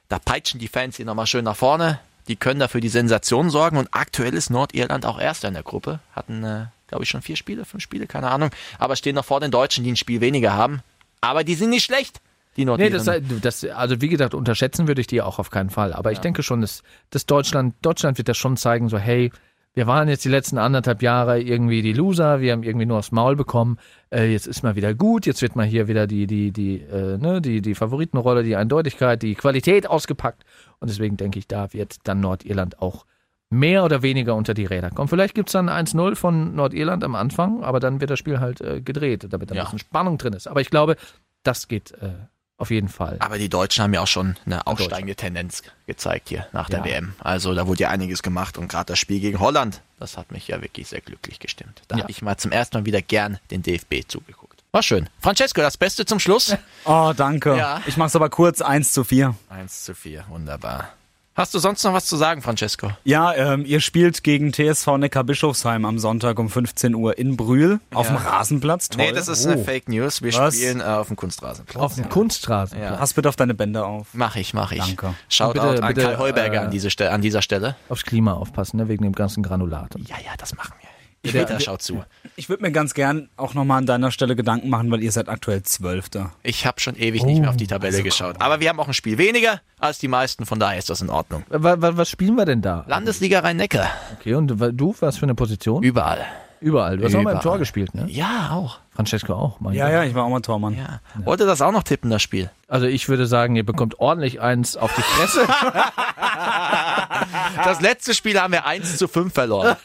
da peitschen die Fans hier nochmal schön nach vorne. Die können dafür die Sensation sorgen und aktuell ist Nordirland auch Erster in der Gruppe. Hatten, äh, glaube ich, schon vier Spiele, fünf Spiele, keine Ahnung. Aber stehen noch vor den Deutschen, die ein Spiel weniger haben. Aber die sind nicht schlecht, die Nee, Nordiren. das, das, also wie gesagt, unterschätzen würde ich die auch auf keinen Fall. Aber ich denke schon, dass, dass Deutschland, Deutschland wird das schon zeigen, so hey, wir waren jetzt die letzten anderthalb Jahre irgendwie die Loser, wir haben irgendwie nur aufs Maul bekommen, äh, jetzt ist mal wieder gut, jetzt wird mal hier wieder die, die, die, äh, ne, die, die Favoritenrolle, die Eindeutigkeit, die Qualität ausgepackt. Und deswegen denke ich, da wird dann Nordirland auch mehr oder weniger unter die Räder kommen. Vielleicht gibt es dann 1-0 von Nordirland am Anfang, aber dann wird das Spiel halt äh, gedreht, damit da ein Ja. bisschen Spannung drin ist. Aber ich glaube, das geht äh, auf jeden Fall. Aber die Deutschen haben ja auch schon eine aufsteigende Tendenz gezeigt hier nach der Ja. WM. Also da wurde ja einiges gemacht und gerade das Spiel gegen Holland, das hat mich ja wirklich sehr glücklich gestimmt. Da Ja. habe ich mal zum ersten Mal wieder gern den DFB zugeguckt. War schön. Francesco, das Beste zum Schluss. Oh, danke. Ja. Ich mach's aber kurz 1 zu 4. 1 zu 4, wunderbar. Hast du sonst noch was zu sagen, Francesco? Ja, ähm, ihr spielt gegen TSV Neckarbischofsheim am Sonntag um 15 Uhr in Brühl auf dem Rasenplatz. Toll. Nee, das ist äh, oh. eine Fake News. Wir Was? spielen äh, auf dem Kunstrasenplatz. Auf dem Kunstrasen. Pass Oh. bitte auf deine Bänder auf. Mach ich, mach ich. Danke. Shoutout Und bitte- an bitte, Karl Heuberger äh, an, diese Stelle, an dieser Stelle. Aufs Klima aufpassen, ne? wegen dem ganzen Granulat. Ja, ja, das machen wir. Der- Peter, schau zu. Ich würde mir ganz gern auch nochmal an deiner Stelle Gedanken machen, weil ihr seid aktuell Zwölfter. Ich habe schon ewig nicht mehr auf die Tabelle geschaut. Aber wir haben auch ein Spiel weniger als die meisten, von daher ist das in Ordnung. Wa- wa- Was spielen wir denn da? Landesliga Rhein-Neckar. Okay, und wa- du, was für eine Position? Überall. Überall. Du hast auch mal im Überall. Tor gespielt, ne? Ja, auch. Francesco auch. Mein Ja, Gott. ja, ich war auch mal Tormann. Ja. Wollte das auch noch tippen, das Spiel. Also ich würde sagen, ihr bekommt ordentlich eins auf *laughs* die Fresse. Das letzte Spiel haben wir 1 zu 5 verloren.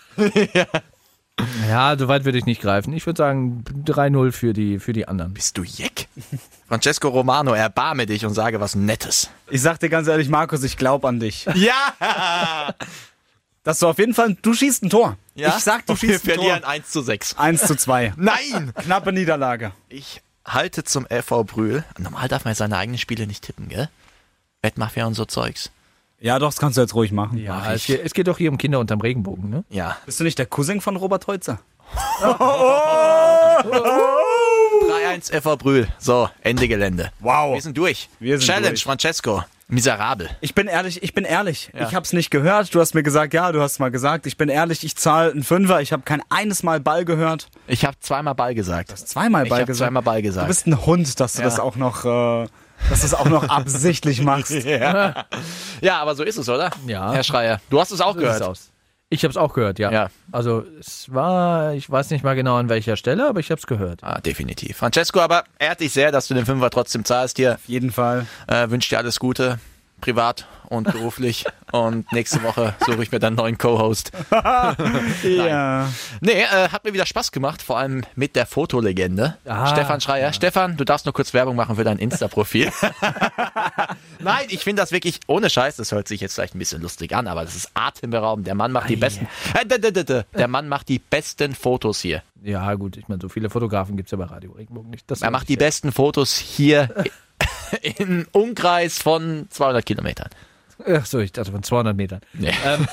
ja, so weit würde ich nicht greifen. Ich würde sagen 3-0 für die, für die *laughs* anderen. Bist du Jeck? Francesco Romano, erbarme dich und sage was Nettes. Ich sag dir ganz ehrlich, Markus, ich glaub an *laughs* dich. Ja! Dass du auf jeden Fall, du schießt ein Tor. Ich sag, du Und wir schießt ein Tor. verlieren 1 zu 6. 1 zu *laughs* 2. Nein! Knappe Niederlage. Ich halte zum LV Brühl. Normal darf man ja seine eigenen Spiele nicht tippen, gell? Wettmafia und so Zeugs. Ja, doch, das kannst du jetzt ruhig machen. Ja, also- es, geht- es geht doch hier um Kinder unterm Regenbogen, ne? Ja. Bist du nicht der Cousin von Robert Heutzer? 3-1 LV Brühl. So, Ende Gelände. Wow. Wir sind durch. Wir sind Challenge, durch. Francesco. Miserabel. Ich bin ehrlich, ich bin ehrlich. Ich hab's nicht gehört. Du hast mir gesagt, ja, du hast mal gesagt. Ich bin ehrlich, ich zahle einen Fünfer. Ich habe kein eines Mal Ball gehört. Ich habe zweimal Ball gesagt. Zweimal Ich Ball hab gesagt. zweimal Ball gesagt. Du bist ein Hund, dass du das auch noch, äh, dass du das auch noch *laughs* absichtlich machst. Ja, aber so ist es, oder? Ja. Herr Schreier, du hast es auch So sieht's gehört. aus. Ich habe es auch gehört, ja. Ja. Also es war, ich weiß nicht mal genau an welcher Stelle, aber ich habe es gehört. Ah, definitiv. Francesco, aber ehrt dich sehr, dass du den Fünfer trotzdem zahlst hier. Auf jeden Fall. Äh, Wünsche dir alles Gute, privat und beruflich. und nächste Woche suche ich mir dann einen neuen Co-Host. Ja. Nee, äh, hat mir wieder Spaß gemacht, vor allem mit der Fotolegende. Ah. Stefan Schreier. Stefan, du darfst nur kurz Werbung machen für dein *laughs* Insta-Profil. Nein, ich finde das wirklich ohne Scheiß. Das hört sich jetzt vielleicht ein bisschen lustig an, aber das ist atemberaubend. Der Mann macht die besten. Äh, d- d- d- d- Der Mann macht die besten Fotos hier. Ja, gut, ich meine, so viele Fotografen gibt es ja bei Radio Regenbogen nicht. Das Er macht die besten Fotos hier *laughs* im Umkreis von 200 Kilometern. Ach so, ich dachte von 200 Metern. Nee, ähm,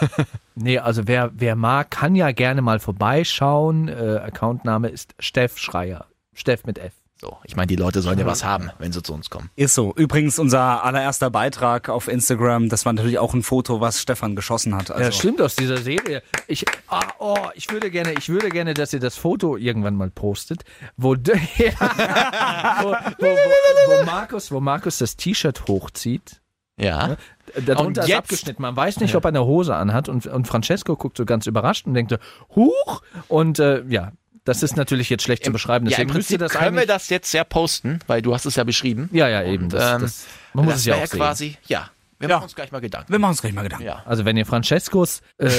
nee also wer, wer mag, kann ja gerne mal vorbeischauen. Äh, Accountname ist Steff Schreier. Steff mit F. So, ich meine, die Leute sollen ja was haben, wenn sie zu uns kommen. Ist so. Übrigens unser allererster Beitrag auf Instagram, das war natürlich auch ein Foto, was Stefan geschossen hat. Also, Ja, schlimm aus dieser Serie. Ich, ah, oh, ich würde gerne, ich würde gerne, dass ihr das Foto irgendwann mal postet, wo, d- *laughs* ja, wo, wo, wo, wo Markus, wo Markus das T-Shirt hochzieht. Ja. Und Darunter ist jetzt- abgeschnitten. Man weiß nicht, ob er eine Hose anhat. Und, und Francesco guckt so ganz überrascht und denkt so, huch! Und äh, ja, das ist natürlich jetzt schlecht zu beschreiben. Ja, Deswegen im Prinzip müsst ihr das können wir eigentlich- das jetzt ja posten, weil du hast es ja beschrieben. Ja, ja, eben. Das, ähm, das, man muss das es ja wär auch sehen. quasi, ja. Wir machen uns gleich mal Gedanken. Wir machen uns gleich mal Gedanken. Ja. Also wenn ihr Francescos, *laughs* äh,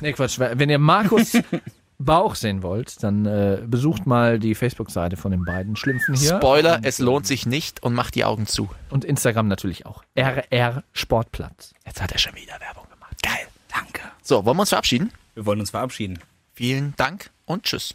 nee Quatsch, wenn ihr Markus Bauch sehen wollt, dann äh, besucht mal die Facebook-Seite von den beiden Schlümpfen hier. Spoiler, es lohnt sich nicht und macht die Augen zu. Und Instagram natürlich auch. RR Sportplatz. Jetzt hat er schon wieder Werbung gemacht. Geil. Danke. So, wollen wir uns verabschieden? Wir wollen uns verabschieden. Vielen Dank und tschüss.